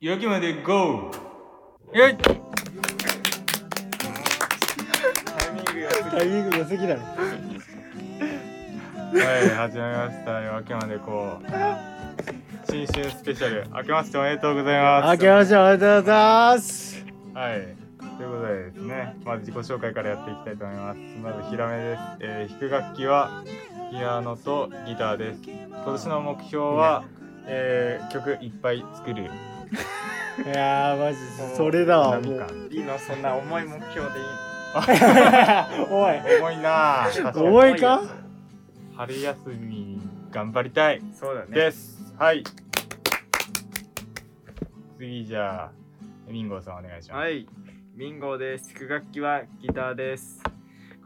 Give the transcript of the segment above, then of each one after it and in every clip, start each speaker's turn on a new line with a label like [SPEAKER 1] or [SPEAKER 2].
[SPEAKER 1] 夜明けまで GO! えいタイミングがす
[SPEAKER 2] タイミング良すぎだろ。
[SPEAKER 1] ぎはい、始まりました。夜明けまでこう。新春スペシャル。明けましておめでとうございます。
[SPEAKER 2] 明けましておめでとうございます。
[SPEAKER 1] はい。ということでですね、まず自己紹介からやっていきたいと思います。まず、ヒラメです。えー弾く楽器はピアノとギターです。今年の目標は、えー曲いっぱい作る。
[SPEAKER 2] いやー、マジ、それだわ。も
[SPEAKER 1] 何
[SPEAKER 2] う
[SPEAKER 1] か
[SPEAKER 3] 今そんな重い目標でいい
[SPEAKER 2] おい、
[SPEAKER 1] 重いなぁ。確かに
[SPEAKER 2] 重いか
[SPEAKER 1] 春休み頑張りたい
[SPEAKER 3] そうだね
[SPEAKER 1] です。はい。次じゃあ、ミンゴーさんお願いします。
[SPEAKER 3] はいミンゴーです副楽器はギターです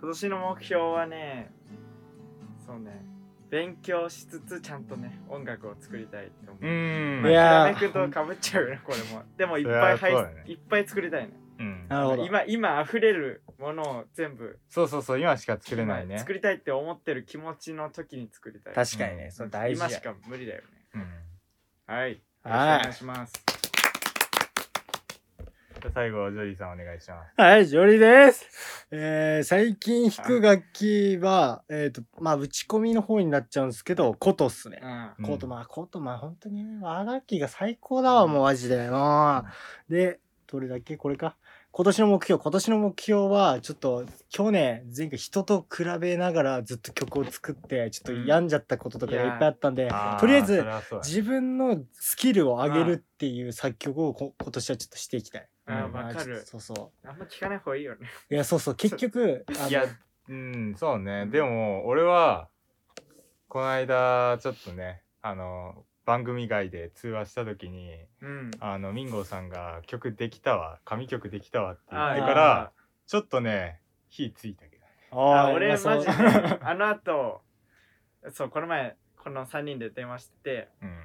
[SPEAKER 3] 今年の目標はねそうね勉強しつつちゃんとね音楽を作りたいと思
[SPEAKER 1] う
[SPEAKER 3] う、
[SPEAKER 1] ーん。
[SPEAKER 3] まあ
[SPEAKER 2] いやー
[SPEAKER 3] ひらめくとかぶっちゃうよねこれもでもいっ
[SPEAKER 1] そり
[SPEAKER 3] ぱ
[SPEAKER 1] ゃ
[SPEAKER 3] い、
[SPEAKER 1] そうだね
[SPEAKER 3] いっぱい作りたいね
[SPEAKER 1] うん、
[SPEAKER 2] なるほど。
[SPEAKER 3] 今今溢れるものを全部
[SPEAKER 1] そうそうそう、今しか作れないね。
[SPEAKER 3] 作りたいって思ってる気持ちの時に作りたい
[SPEAKER 4] 確かにね、それ大事
[SPEAKER 3] 今
[SPEAKER 4] や
[SPEAKER 3] しか無理だよね
[SPEAKER 1] うん
[SPEAKER 3] はいよろしくお
[SPEAKER 2] はい
[SPEAKER 3] 願いします
[SPEAKER 1] じゃあ最後、ジョリーさんお願いします。
[SPEAKER 2] はい、ジョリーです。えー、最近弾く楽器は、えっ、と、まあ、打ち込みの方になっちゃうんですけど、琴っすね。
[SPEAKER 3] うん
[SPEAKER 1] うん
[SPEAKER 2] コート、まあ、コート、まあ、本当にね、和楽器が最高だわ、もう、マジで。もうで、どれだっけこれか。今年の目標、今年の目標は、ちょっと、去年、前回人と比べながらずっと曲を作って、ちょっと病んじゃったこととかがいっぱいあったんで、
[SPEAKER 1] ー
[SPEAKER 2] とりあえず
[SPEAKER 1] それはそうだね
[SPEAKER 2] 自分のスキルを上げるっていう作曲をこ今年はちょっとしていきたい。
[SPEAKER 3] あ
[SPEAKER 1] う
[SPEAKER 3] ー
[SPEAKER 1] ん
[SPEAKER 3] わか
[SPEAKER 2] まあちょっ
[SPEAKER 3] る
[SPEAKER 2] とそうそ
[SPEAKER 3] あんま聞かない方がいいよね
[SPEAKER 2] う。いや、そうそう、結局、あの
[SPEAKER 1] いや、うん、そうね。でも、俺は、この間、ちょっとね、あの、番組外で通話した時に、
[SPEAKER 3] うん
[SPEAKER 1] あの、ミンゴーさんが曲できたわ、神曲できたわって言って
[SPEAKER 2] あー
[SPEAKER 1] から、ちょっとね、火ついたけど。
[SPEAKER 2] おい
[SPEAKER 3] あ俺
[SPEAKER 2] まあ
[SPEAKER 3] マ
[SPEAKER 2] そう
[SPEAKER 3] ジであの後そうこの前この3人で電話して
[SPEAKER 1] うん。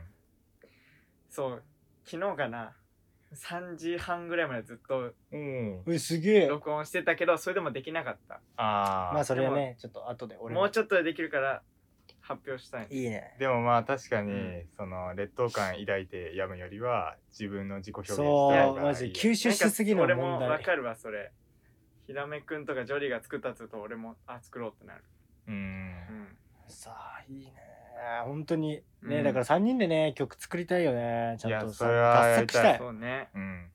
[SPEAKER 3] そう昨日かな3時半ぐらいまでずっと
[SPEAKER 1] うん。
[SPEAKER 2] ういすげえ。
[SPEAKER 3] 録音してたけどそれでもできなかった
[SPEAKER 1] ああ、
[SPEAKER 2] まあ、それはね、ちょっと後で俺
[SPEAKER 3] もうちょっとでできるから発表したい
[SPEAKER 2] いいね。
[SPEAKER 1] でもまあ確かに、
[SPEAKER 3] うん
[SPEAKER 1] その劣等感抱いてやむよりは自分の自己表現した方がいい
[SPEAKER 2] そ
[SPEAKER 1] よ
[SPEAKER 2] う、マジで吸収しすぎる
[SPEAKER 3] なんか
[SPEAKER 2] の
[SPEAKER 3] 俺も
[SPEAKER 2] 問
[SPEAKER 3] わ
[SPEAKER 2] 題。
[SPEAKER 3] かるわそれひらめくんとかジョリーが作ったやつと俺もあ作ろうってなる
[SPEAKER 1] うん
[SPEAKER 3] うん
[SPEAKER 2] さあ、いいね。本当に。ね、
[SPEAKER 3] うん
[SPEAKER 2] だから3人でね、曲作りたいよね。ちゃん
[SPEAKER 1] いや
[SPEAKER 2] と
[SPEAKER 1] それはや
[SPEAKER 2] 合
[SPEAKER 1] りた
[SPEAKER 2] 作し
[SPEAKER 1] い
[SPEAKER 2] たい
[SPEAKER 3] そ。うね
[SPEAKER 1] うん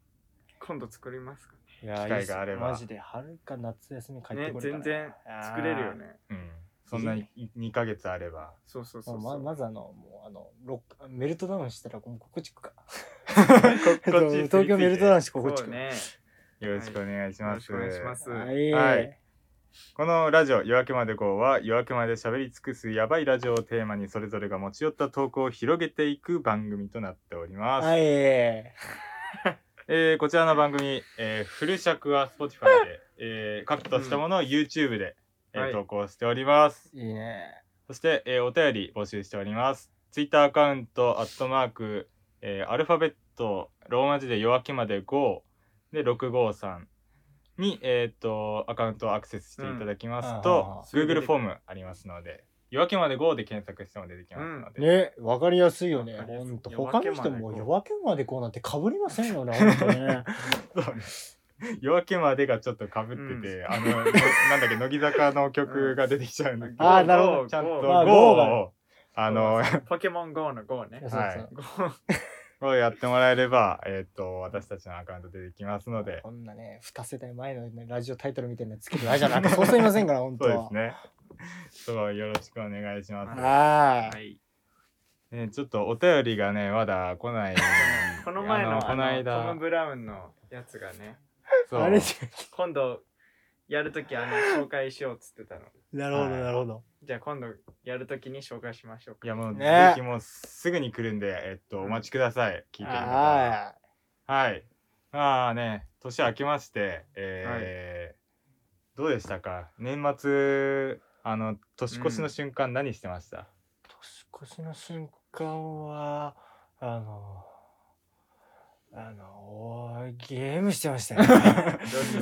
[SPEAKER 3] 今度作りますか
[SPEAKER 2] いや
[SPEAKER 1] 機会があれば
[SPEAKER 2] いいっすマジで、春か夏休み帰って
[SPEAKER 3] ね
[SPEAKER 2] これたら
[SPEAKER 3] 全然作れるよ。ね
[SPEAKER 1] うんそんな2ヶ月あれば
[SPEAKER 3] そうそう
[SPEAKER 2] あー
[SPEAKER 3] そう
[SPEAKER 2] ま
[SPEAKER 3] そ
[SPEAKER 2] あ
[SPEAKER 3] う
[SPEAKER 2] まずあの、もうあの、ロックメルトダウンしたら、もうここちくか。
[SPEAKER 1] こっちに
[SPEAKER 2] 東京メルトダウンしてここち
[SPEAKER 3] そう
[SPEAKER 2] く。
[SPEAKER 3] ね
[SPEAKER 1] よろしくお願いし
[SPEAKER 3] よ
[SPEAKER 1] ま
[SPEAKER 3] ろし
[SPEAKER 1] す
[SPEAKER 3] くお願いします
[SPEAKER 2] はい。
[SPEAKER 1] はいこのラジオ「夜明けまで GO」は夜明けまで喋り尽くすやばいラジオをテーマにそれぞれが持ち寄った投稿を広げていく番組となっております、
[SPEAKER 2] はい。
[SPEAKER 1] えーこちらの番組、えーフル尺は Spotify で、えーカットしたものを YouTube で、えー
[SPEAKER 3] はい
[SPEAKER 1] 投稿しております
[SPEAKER 2] いいね。
[SPEAKER 1] そして、えーお便り募集しております。ツイッターアカウント、アットマーク、えーアルファベット、ローマ字で夜明けまで5で653に、えっ、と、アカウントをアクセスしていただきますと、
[SPEAKER 3] うんあー
[SPEAKER 1] Google フォームありますので、夜明けまで5で検索しても出てきますので、
[SPEAKER 2] ね、わかりやすいよね
[SPEAKER 3] わ。かりや
[SPEAKER 2] ほ
[SPEAKER 3] すい
[SPEAKER 2] んと、
[SPEAKER 3] 夜明
[SPEAKER 2] 他
[SPEAKER 3] け
[SPEAKER 2] の人
[SPEAKER 3] まで
[SPEAKER 2] も
[SPEAKER 3] こう
[SPEAKER 2] 夜明けまでこうなんて被りませんよね、ほんとね。
[SPEAKER 1] 夜明けまでがちょっとかぶってて、あの、なんだっけ、乃木坂の曲が出てきちゃうんだけ ど、
[SPEAKER 2] あーなるほど
[SPEAKER 1] ちゃんと
[SPEAKER 3] GO
[SPEAKER 2] まあ
[SPEAKER 1] GO
[SPEAKER 2] ゴーが
[SPEAKER 1] を、あの、
[SPEAKER 3] ポケモン GO の GO ね
[SPEAKER 2] いや。そうそう
[SPEAKER 1] をやってもらえれば、えっ、と、私たちのアカウント出てきますので、
[SPEAKER 2] こんなね、二世代前の、ね、ラジオタイトルみたいなのつけてないじゃなくて、そうすいませんから、本当
[SPEAKER 1] そう
[SPEAKER 2] は。
[SPEAKER 1] ですね。そう、よろしくお願いします。
[SPEAKER 2] は。
[SPEAKER 3] はいい。
[SPEAKER 1] ね、ちょっとお便りがね、まだ来ない。
[SPEAKER 3] この前
[SPEAKER 1] あ
[SPEAKER 3] の
[SPEAKER 1] この
[SPEAKER 3] あのト
[SPEAKER 1] 間
[SPEAKER 3] ム・、ブラウンのやつがね、
[SPEAKER 1] そう
[SPEAKER 2] あれ、
[SPEAKER 3] 今度やるときあの紹介しようっつってたの。
[SPEAKER 2] なるほど、
[SPEAKER 1] はい
[SPEAKER 2] なるほど。
[SPEAKER 3] じゃあ今度やるときに紹介しましょうか。
[SPEAKER 1] いや、もう、
[SPEAKER 2] ね
[SPEAKER 1] ぜひもうすぐに来るんで、えっと、お待ちください。聞いてる方は。
[SPEAKER 2] は
[SPEAKER 1] はい。まあね、年明けまして、えーどうでしたか年末、あの、年越しの瞬間何してました、
[SPEAKER 2] い。年越しの瞬間は、あの、あの、おゲームしてましたよ。
[SPEAKER 3] ジョニ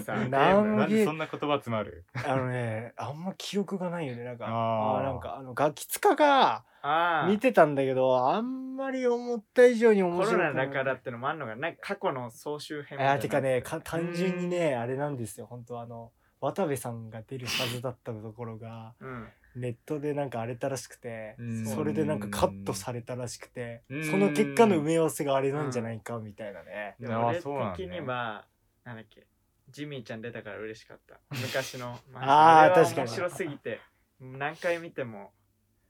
[SPEAKER 3] ーさん。
[SPEAKER 2] な
[SPEAKER 1] なんん
[SPEAKER 2] ゲー
[SPEAKER 1] でそんな言葉詰まる
[SPEAKER 2] あのね、あんま記憶がないよね、なんか。
[SPEAKER 1] あー
[SPEAKER 2] あーなんか、あの、ガキツカが
[SPEAKER 3] ああ
[SPEAKER 2] 見。てたんだけど、あんまり思った以上に面
[SPEAKER 3] コ
[SPEAKER 2] 白
[SPEAKER 3] ロ
[SPEAKER 2] くな
[SPEAKER 3] ナ
[SPEAKER 2] い。
[SPEAKER 3] だからってのもあんのが、なんか過去の総集編みたいな
[SPEAKER 2] あーてかねか単純にねあれなんですよ本当あの渡部さんが出るはずだったところが
[SPEAKER 3] うん。
[SPEAKER 2] ネットでなんか荒れたらしくて
[SPEAKER 1] うん
[SPEAKER 2] それでなんかカットされたらしくて
[SPEAKER 1] うん
[SPEAKER 2] その結果の埋め合わせがあれなんじゃないかみたいなね
[SPEAKER 3] で
[SPEAKER 1] あ
[SPEAKER 3] も
[SPEAKER 1] ー
[SPEAKER 3] 俺
[SPEAKER 1] そうなんだ
[SPEAKER 3] 的には、なんだっけ、ジミーちゃん出たから嬉しかった。昔の。
[SPEAKER 2] あー
[SPEAKER 3] あれは
[SPEAKER 2] 確かに
[SPEAKER 3] 面白すぎて、何回見ても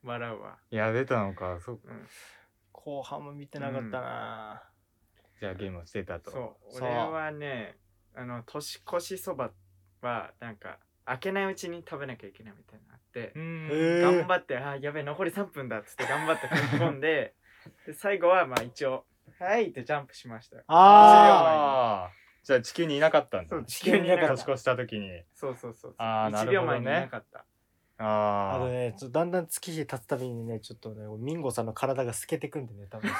[SPEAKER 3] 笑うわ。
[SPEAKER 1] いや出たのかそう
[SPEAKER 3] うん。
[SPEAKER 2] 後半も見てなかったな
[SPEAKER 1] じゃあゲームをしてたと
[SPEAKER 3] そう。
[SPEAKER 2] そう
[SPEAKER 3] 俺はね、あの、年越しそばは、なんか、開けないうちに食べなきゃいけないみたいなのあって、
[SPEAKER 1] うん
[SPEAKER 2] へー
[SPEAKER 3] 頑張って、あー、やべえ、残り3分だっつって頑張って書き込んで、で最後は、まあ一応、はいってジャンプしましたよ。
[SPEAKER 1] あ
[SPEAKER 2] あ
[SPEAKER 1] ーじゃあ地球にいなかったんだ
[SPEAKER 3] そう、
[SPEAKER 1] 年
[SPEAKER 3] 地球にいなかっ
[SPEAKER 1] 越
[SPEAKER 3] た。
[SPEAKER 1] した時に
[SPEAKER 3] そうそうそうそう。
[SPEAKER 1] あーな
[SPEAKER 3] 1
[SPEAKER 1] る
[SPEAKER 3] 秒
[SPEAKER 1] ほどね
[SPEAKER 3] 前にいなかった。
[SPEAKER 2] ああの
[SPEAKER 1] あ
[SPEAKER 2] ねちょっとだんだん月日経つたびにねちょっとねミンゴさんの体が透けてくんでね多 分
[SPEAKER 1] あ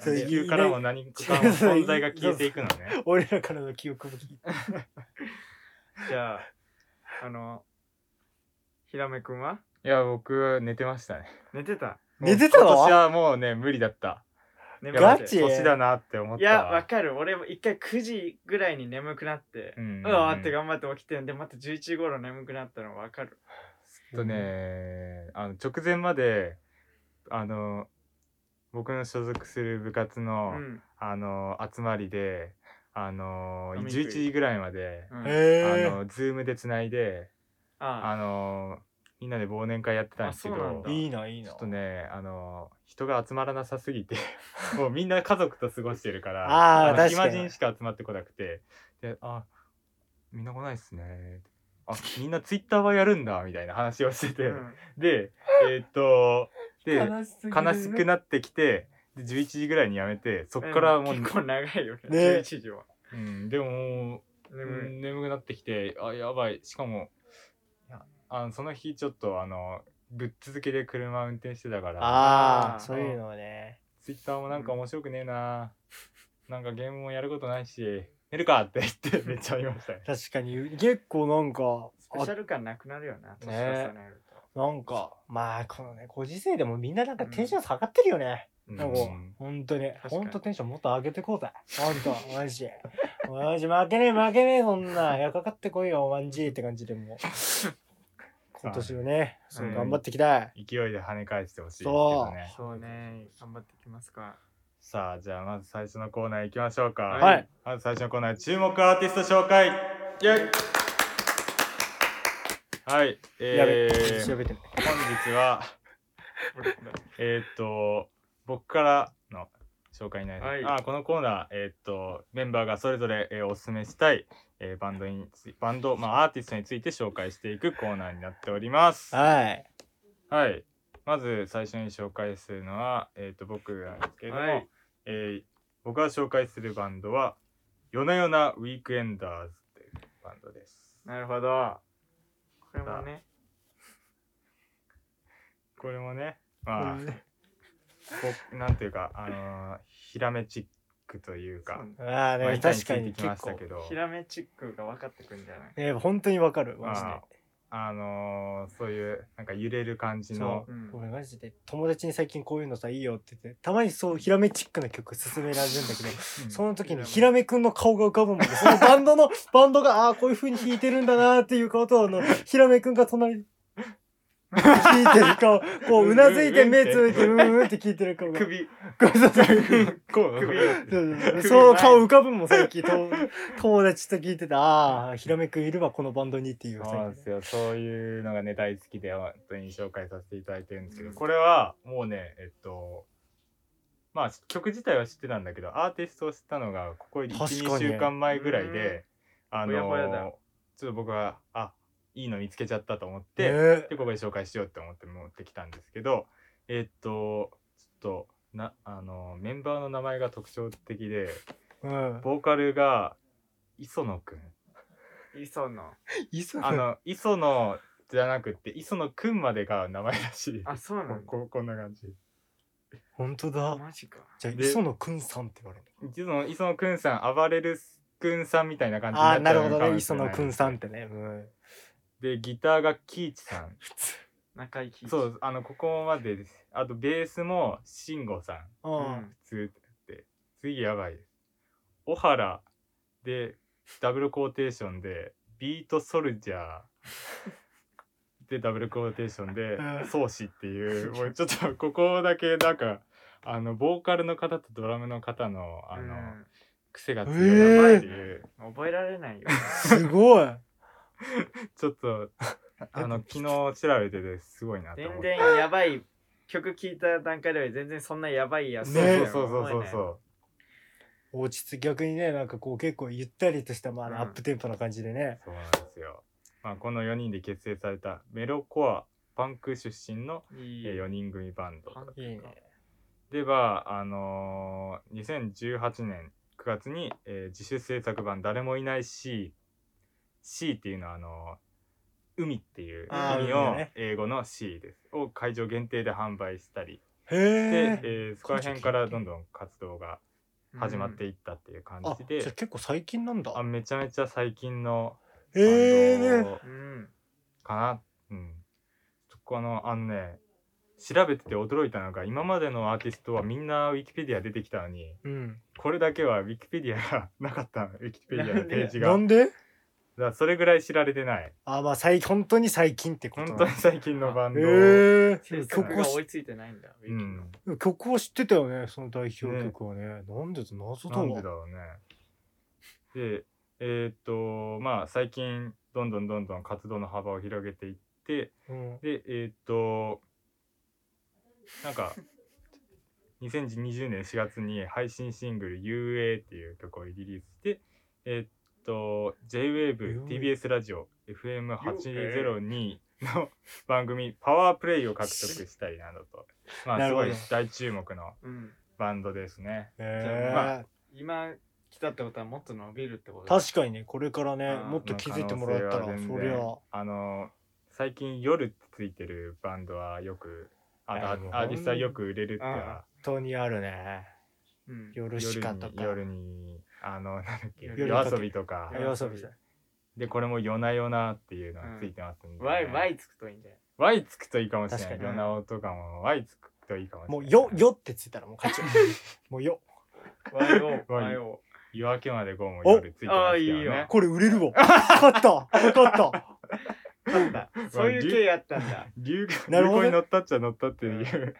[SPEAKER 2] そう
[SPEAKER 1] 地球からも何かも存在が消えてい くのね
[SPEAKER 2] 俺らからの記憶も
[SPEAKER 3] じゃあ、あの、ひらめくんはい
[SPEAKER 1] や僕寝てましたね
[SPEAKER 3] 寝てた
[SPEAKER 2] 寝てたの
[SPEAKER 1] もう今年はもうね無理だった
[SPEAKER 3] 眠
[SPEAKER 2] ガ
[SPEAKER 3] く
[SPEAKER 2] チ
[SPEAKER 3] て
[SPEAKER 2] えー
[SPEAKER 1] 年だなって思った
[SPEAKER 3] いや、わかる。俺も一回9時ぐらいに眠くなって
[SPEAKER 1] う、ん
[SPEAKER 3] うわーって頑張って起きてんで、また11時頃眠くなったのわかる。
[SPEAKER 1] えっとねあの直前まであの僕の所属する部活
[SPEAKER 3] う
[SPEAKER 1] の、
[SPEAKER 3] ん。
[SPEAKER 1] あの集まりであの
[SPEAKER 3] 飲み食い
[SPEAKER 1] 11時ぐらいまで、
[SPEAKER 3] うん
[SPEAKER 2] へ
[SPEAKER 1] あのズームでつないで
[SPEAKER 3] あ
[SPEAKER 1] あのみんなで忘年会やってたんですけど
[SPEAKER 3] あそうなん
[SPEAKER 2] え
[SPEAKER 3] だ
[SPEAKER 2] いいないい
[SPEAKER 1] ち
[SPEAKER 2] な
[SPEAKER 1] ょっとねあの人が集まらなさすぎて もうみんな家族と過ごしてるから
[SPEAKER 2] あー
[SPEAKER 1] の
[SPEAKER 2] 確かに
[SPEAKER 1] 暇人しか集まってこなくてであみんな来ないっすねあみんなツイッターはやるんだみたいな話をしてて、
[SPEAKER 3] あ。うん
[SPEAKER 1] でえーっとで
[SPEAKER 2] 悲しすぎる
[SPEAKER 1] 悲しくなってきてで11時ぐらいにやめてそっからもう、
[SPEAKER 3] ん結構長いよね。
[SPEAKER 2] ね
[SPEAKER 3] 11時は。
[SPEAKER 1] うん、でももうう
[SPEAKER 3] 眠い。
[SPEAKER 1] ん眠くなってきてあやばいしかもいやあのその日ちょっとあのぶっ続けで車運転してたから
[SPEAKER 2] あ
[SPEAKER 3] あ
[SPEAKER 2] あ
[SPEAKER 3] ー
[SPEAKER 2] そういうのはね
[SPEAKER 1] ツイッターもなんか面白くねえな、なんかゲームもやることないし寝るかって言ってめっちゃ言いましたね
[SPEAKER 2] 確かに結構なんか
[SPEAKER 3] スペシャル感なくなるよな、年重ねると。
[SPEAKER 2] あなんかまあこのねご時世でもみんななんかテンション下がってるよね、
[SPEAKER 1] うん
[SPEAKER 2] なんか本当に
[SPEAKER 3] かに
[SPEAKER 2] 本当テンションもっと上げてこうぜ本当マジでマジ負けねえ負けねえそんないやかかってこいよマンジーって感じでもう今年はねそう
[SPEAKER 1] はい
[SPEAKER 2] 頑張っていきたい、
[SPEAKER 1] 勢いで跳ね返してほしいですけ
[SPEAKER 2] そ
[SPEAKER 1] ど
[SPEAKER 2] う
[SPEAKER 1] ね
[SPEAKER 3] そうね、頑張ってきますか。
[SPEAKER 1] さあじゃあまず最初のコーナー行きましょうか
[SPEAKER 3] はい
[SPEAKER 2] はい
[SPEAKER 1] まず最初のコーナー注目アーティスト紹介イェイはい
[SPEAKER 2] やべ
[SPEAKER 1] えー、
[SPEAKER 2] 調べてみ
[SPEAKER 1] 本日はえーっと僕からの紹介になります、
[SPEAKER 3] はい
[SPEAKER 1] あこのコーナー、えーっとメンバーがそれぞれ、えーおすすめしたい、えーバンドについバンド、まあ、アーティストについて紹介していくコーナーになっております。は
[SPEAKER 2] はい
[SPEAKER 1] い、まず最初に紹介するのは、えーっと僕なんですけれども、
[SPEAKER 3] はい
[SPEAKER 1] えー僕が紹介するバンドは「夜な夜なウィークエンダーズ」というバンドです。
[SPEAKER 3] なるほど。これもね、
[SPEAKER 1] これもね、
[SPEAKER 2] う
[SPEAKER 1] まあ、
[SPEAKER 2] ん
[SPEAKER 1] 僕なんていうか、あのーひらめチックというか。
[SPEAKER 3] そうね
[SPEAKER 2] ああ
[SPEAKER 1] まあ
[SPEAKER 2] ね
[SPEAKER 1] 板
[SPEAKER 2] 確か
[SPEAKER 1] つい
[SPEAKER 2] に
[SPEAKER 1] てきま
[SPEAKER 2] 結
[SPEAKER 1] し
[SPEAKER 2] 構
[SPEAKER 1] たけど
[SPEAKER 3] ひらめチックが分かってくんじゃない
[SPEAKER 2] ね本当にわかるマジで
[SPEAKER 1] まああのーそういうなんか揺れる感じの
[SPEAKER 2] そう
[SPEAKER 3] うん
[SPEAKER 2] 俺マジで友達に最近こういうのさいいよって言ってたまにそうヒラメチックな曲勧められるんだけど
[SPEAKER 1] うん
[SPEAKER 2] その時にヒラメくんの顔が浮かぶもんで そのバンドのバンドがああこういう風に弾いてるんだなっていう顔とあ のヒラメくんが隣で弾いてる顔こううなずいて目つぶってうんうんって聞いてる顔が
[SPEAKER 3] 首、
[SPEAKER 2] ごめんなさい
[SPEAKER 1] こう
[SPEAKER 3] 首
[SPEAKER 2] そうそうそう顔浮かぶもん最近と友達と聞いてたああヒラメくんいるわこのバンドにっていう
[SPEAKER 1] そうなんですよそういうのがね大好きで本当に紹介させていただいてるんですけど、
[SPEAKER 3] うん
[SPEAKER 1] これはもうねえっとまあ曲自体は知ってたんだけどアーティストを知ったのがここ
[SPEAKER 2] 確かに
[SPEAKER 1] 12週間前ぐらいで、あのー
[SPEAKER 3] ほやほやだ
[SPEAKER 1] ちょっと僕はあいいの見つけちゃったと思って、
[SPEAKER 2] で
[SPEAKER 1] でここで紹介しようって思って持ってきたんですけどえーっとちょっとなあのメンバーの名前が特徴的で
[SPEAKER 2] うん
[SPEAKER 1] ボーカルが磯野くん
[SPEAKER 3] 磯野。
[SPEAKER 2] 磯
[SPEAKER 1] あ の磯野じゃなくて磯野くんまでが名前らしいです
[SPEAKER 3] あ、そうな
[SPEAKER 1] こ
[SPEAKER 3] んだ。
[SPEAKER 1] ここんな感じ
[SPEAKER 2] 本当だ。
[SPEAKER 3] マジか。
[SPEAKER 2] じゃあ、
[SPEAKER 1] で
[SPEAKER 2] 磯野くんさんって言われる。
[SPEAKER 1] 磯野磯野くんさん暴れるくんさんみたいな感じ
[SPEAKER 2] ああ、
[SPEAKER 1] にな
[SPEAKER 2] な
[SPEAKER 1] っち
[SPEAKER 2] る
[SPEAKER 1] ゃうの
[SPEAKER 2] ほ
[SPEAKER 1] か
[SPEAKER 2] どね。
[SPEAKER 1] もし
[SPEAKER 2] 磯
[SPEAKER 1] れない
[SPEAKER 2] 野くんさんってね。うん。
[SPEAKER 1] でギターがキーチさん
[SPEAKER 2] 普通。
[SPEAKER 3] 仲いい。
[SPEAKER 1] そうあのここまでですあとベースも慎吾さん
[SPEAKER 2] う。
[SPEAKER 3] うんん。
[SPEAKER 1] 普通って次やばいです小原でダブルコーテーションでビートソルジャー でダブルコーテーションで
[SPEAKER 2] うん
[SPEAKER 1] 宗師っていうもうちょっとここだけなんかあのボーカルの方とドラムの方のあの、癖が強いなっていう、
[SPEAKER 3] うん覚えられないよ。
[SPEAKER 2] すごい。
[SPEAKER 1] ちょっとあの昨日調べててすごいなと思っ
[SPEAKER 3] 全
[SPEAKER 1] て。
[SPEAKER 3] 然やばい。曲聴いた段階では全然そんなやばいやつだよ。
[SPEAKER 2] ね
[SPEAKER 1] そうそうそうそう
[SPEAKER 3] う。
[SPEAKER 1] そ
[SPEAKER 2] 落ち着逆にね、なんかこう結構ゆったりとした、まあ、
[SPEAKER 3] うん
[SPEAKER 2] アップテンポな感じでね
[SPEAKER 1] う。そうなんですよ。まあこの4人で結成されたメロコアパンク出身の
[SPEAKER 3] いい。
[SPEAKER 1] 4人組バンド
[SPEAKER 3] パンクか
[SPEAKER 2] いいね。
[SPEAKER 1] ではあのー2018年9月に、えー自主制作版「誰もいない C」C っていうのはあのー海っていう
[SPEAKER 2] あー
[SPEAKER 1] 海を
[SPEAKER 2] 海ね
[SPEAKER 1] 英語の C ですを会場限定で販売したり
[SPEAKER 2] へ
[SPEAKER 1] で、
[SPEAKER 2] え。
[SPEAKER 1] えーそこら辺からどんどん活動が始まっていったっていう感
[SPEAKER 2] あ、
[SPEAKER 1] じ
[SPEAKER 2] じゃあ
[SPEAKER 1] で、
[SPEAKER 2] 結構最近なんだ
[SPEAKER 1] あ。めちゃめちゃ最近の
[SPEAKER 2] へ
[SPEAKER 1] バ
[SPEAKER 2] え
[SPEAKER 1] ン。ド
[SPEAKER 3] うん。うん。
[SPEAKER 1] かな、うん、そこのあのね調べてて驚いたのが今までのアーティストはみんなウィキペディア出てきたのに
[SPEAKER 2] うん。
[SPEAKER 1] これだけはウィキペディアがなかったのウィキペディアのページが
[SPEAKER 2] なん
[SPEAKER 1] だ
[SPEAKER 2] で
[SPEAKER 1] からそれぐらい知られてない
[SPEAKER 2] あ、まあ、最本当に最近ってこと
[SPEAKER 1] 本
[SPEAKER 2] なん
[SPEAKER 1] 当
[SPEAKER 2] だ
[SPEAKER 1] に最近のバンド、
[SPEAKER 2] へ
[SPEAKER 3] 制
[SPEAKER 2] え。
[SPEAKER 3] 作
[SPEAKER 2] 曲を
[SPEAKER 3] が
[SPEAKER 2] 知
[SPEAKER 3] 追
[SPEAKER 2] っ
[SPEAKER 3] いついてないんだ。ウィ
[SPEAKER 1] う
[SPEAKER 3] キの
[SPEAKER 1] ん、
[SPEAKER 2] 曲を知ってたよね、その代表曲はね。なんでだ謎だ
[SPEAKER 1] な
[SPEAKER 2] わ。
[SPEAKER 1] んでだろうねでえーっとまあ最近どんどんどんどん活動の幅を広げていって
[SPEAKER 2] うん。
[SPEAKER 1] でえーっとなんか2020年4月に配信シングル「UA」っていう曲をリリースしてえーっと
[SPEAKER 2] UA
[SPEAKER 1] JWAVETBS ラジオ FM802 の番組「パワープレイ」を獲得したりなどとまあ
[SPEAKER 2] な
[SPEAKER 1] す
[SPEAKER 2] るほ
[SPEAKER 1] ご
[SPEAKER 2] ど
[SPEAKER 1] い大注目の
[SPEAKER 3] うん。
[SPEAKER 1] バンドですね。
[SPEAKER 2] へえ。
[SPEAKER 3] 今来たってことはもっと伸びるってことだ
[SPEAKER 2] 確かにね、これからね、
[SPEAKER 3] うん
[SPEAKER 2] もっと気づいてもらったら、
[SPEAKER 1] 可能性
[SPEAKER 2] そ
[SPEAKER 1] は全
[SPEAKER 2] り
[SPEAKER 1] 然
[SPEAKER 2] ゃ。
[SPEAKER 1] あの最近夜ついてるバンドはよくあ
[SPEAKER 2] あもう
[SPEAKER 1] アアーティストはよく売れるっていうのは
[SPEAKER 3] あ
[SPEAKER 2] 本当にあるね。
[SPEAKER 3] うん。
[SPEAKER 2] 夜
[SPEAKER 1] 夜
[SPEAKER 2] し
[SPEAKER 1] に
[SPEAKER 2] かとか。
[SPEAKER 1] 夜にあのなんだっけ
[SPEAKER 3] 夜
[SPEAKER 1] 夜遊びとか
[SPEAKER 2] あ夜遊びだ。
[SPEAKER 1] でこれも「夜な夜な」っていうのがついてますんで、
[SPEAKER 3] ワイ、ワイつくといいんだよ。
[SPEAKER 1] ワイつくといいかもしれない「
[SPEAKER 2] 確か
[SPEAKER 1] 夜
[SPEAKER 3] に
[SPEAKER 1] なお」とかもワイつくといいかもしれ
[SPEAKER 2] も
[SPEAKER 1] な
[SPEAKER 2] う、
[SPEAKER 1] い
[SPEAKER 2] よ、よってついたらもう勝ち。 もうよ。
[SPEAKER 3] ワイオ
[SPEAKER 1] ワ
[SPEAKER 3] ワ
[SPEAKER 1] イ
[SPEAKER 3] イオ
[SPEAKER 1] 夜明けまでこうも
[SPEAKER 2] お
[SPEAKER 1] 夜ついてますけど
[SPEAKER 3] あーいい
[SPEAKER 1] ね
[SPEAKER 3] よ
[SPEAKER 2] これ売れるわ。勝った勝った
[SPEAKER 3] なんだ。そういう系やったんだ。
[SPEAKER 1] 流行
[SPEAKER 2] なる
[SPEAKER 1] 流行
[SPEAKER 2] ほどね
[SPEAKER 1] に乗ったっちゃ乗ったっていう、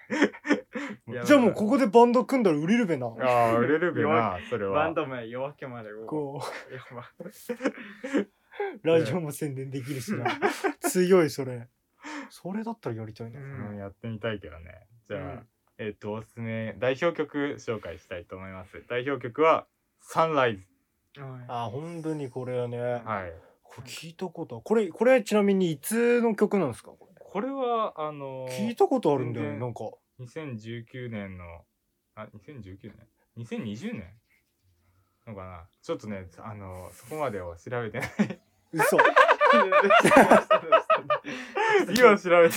[SPEAKER 3] いや
[SPEAKER 2] じゃあもうここでバンド組んだら売れるべな。
[SPEAKER 1] ああ売れるべなそれ
[SPEAKER 3] バン
[SPEAKER 1] は
[SPEAKER 3] ド名夜明けまでこ
[SPEAKER 2] こう、
[SPEAKER 3] う。やば。
[SPEAKER 2] ラジオも宣伝できるしな。強い、それ。それだったらやりたいな
[SPEAKER 3] う。
[SPEAKER 1] うんんやってみたいけどねじゃあ、
[SPEAKER 3] うん
[SPEAKER 1] えっとおすすめ代表曲紹介したいと思います代表曲は「サンライズ
[SPEAKER 3] あ
[SPEAKER 2] あ、本当にこれはね。」
[SPEAKER 1] はい
[SPEAKER 2] これ聞いたことはこれ、これちなみにいつの曲なんですかこ
[SPEAKER 1] これはあの
[SPEAKER 2] れ
[SPEAKER 1] ー
[SPEAKER 2] 聞いたことあるんだよ
[SPEAKER 1] 全然
[SPEAKER 2] ね、なんか。
[SPEAKER 1] 2019年のあ2019年2020年のかなちょっとねあのそこまでは調べ てない
[SPEAKER 2] 嘘。
[SPEAKER 1] 今調べて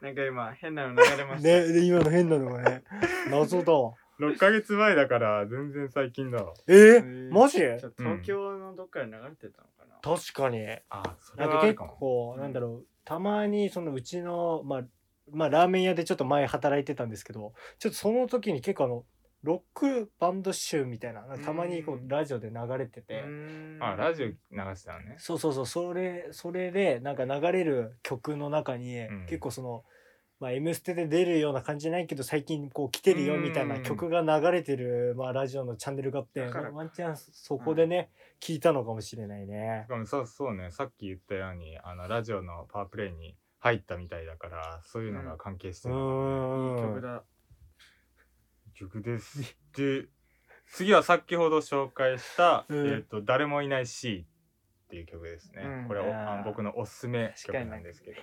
[SPEAKER 3] なんか今変なの流れました。
[SPEAKER 2] ね、で今の変なのがね。謎だわ。
[SPEAKER 1] 6ヶ月前だから全然最近だわ
[SPEAKER 2] えー、
[SPEAKER 3] ー
[SPEAKER 2] マジ
[SPEAKER 3] ちょっと東京のどっかで流れてたのかな。
[SPEAKER 2] 確かに。
[SPEAKER 1] あそれ
[SPEAKER 2] なんか
[SPEAKER 1] はある
[SPEAKER 2] 結
[SPEAKER 1] かも
[SPEAKER 2] 構なんだろうたまにそのうちのまあまあラーメン屋でちょっと前働いてたんですけどちょっとその時に結構あのロックバンド集みたいななんかたまにこ
[SPEAKER 3] う
[SPEAKER 2] うんラジオで流れてて
[SPEAKER 1] あラジオ
[SPEAKER 3] オ。
[SPEAKER 1] 流してたのね
[SPEAKER 2] そうそうそうそれそれでなんか流れる曲の中に
[SPEAKER 1] うん
[SPEAKER 2] 結構その「まあ、M ステ」で出るような感じじゃないけど最近こう来てるよみたいな曲が流れてるまあラジオのチャンネルがあって
[SPEAKER 3] だからか
[SPEAKER 2] ワンチャンそこでね聞いたのかもしれないね
[SPEAKER 1] し。かもそうそうねさっき言ったようにあのラジオのパワープレイに入ったみたいだからそういうのが関係して
[SPEAKER 2] う
[SPEAKER 1] る、
[SPEAKER 3] 曲
[SPEAKER 2] ーん
[SPEAKER 3] だ。
[SPEAKER 1] 曲ですで次は先ほど紹介した「
[SPEAKER 2] うん
[SPEAKER 1] えー、と誰もいない C」っていう曲ですね、
[SPEAKER 3] うん
[SPEAKER 1] これお
[SPEAKER 2] あー
[SPEAKER 1] あ僕のおすすめ
[SPEAKER 3] 確
[SPEAKER 1] 曲
[SPEAKER 3] かに
[SPEAKER 1] なんですけど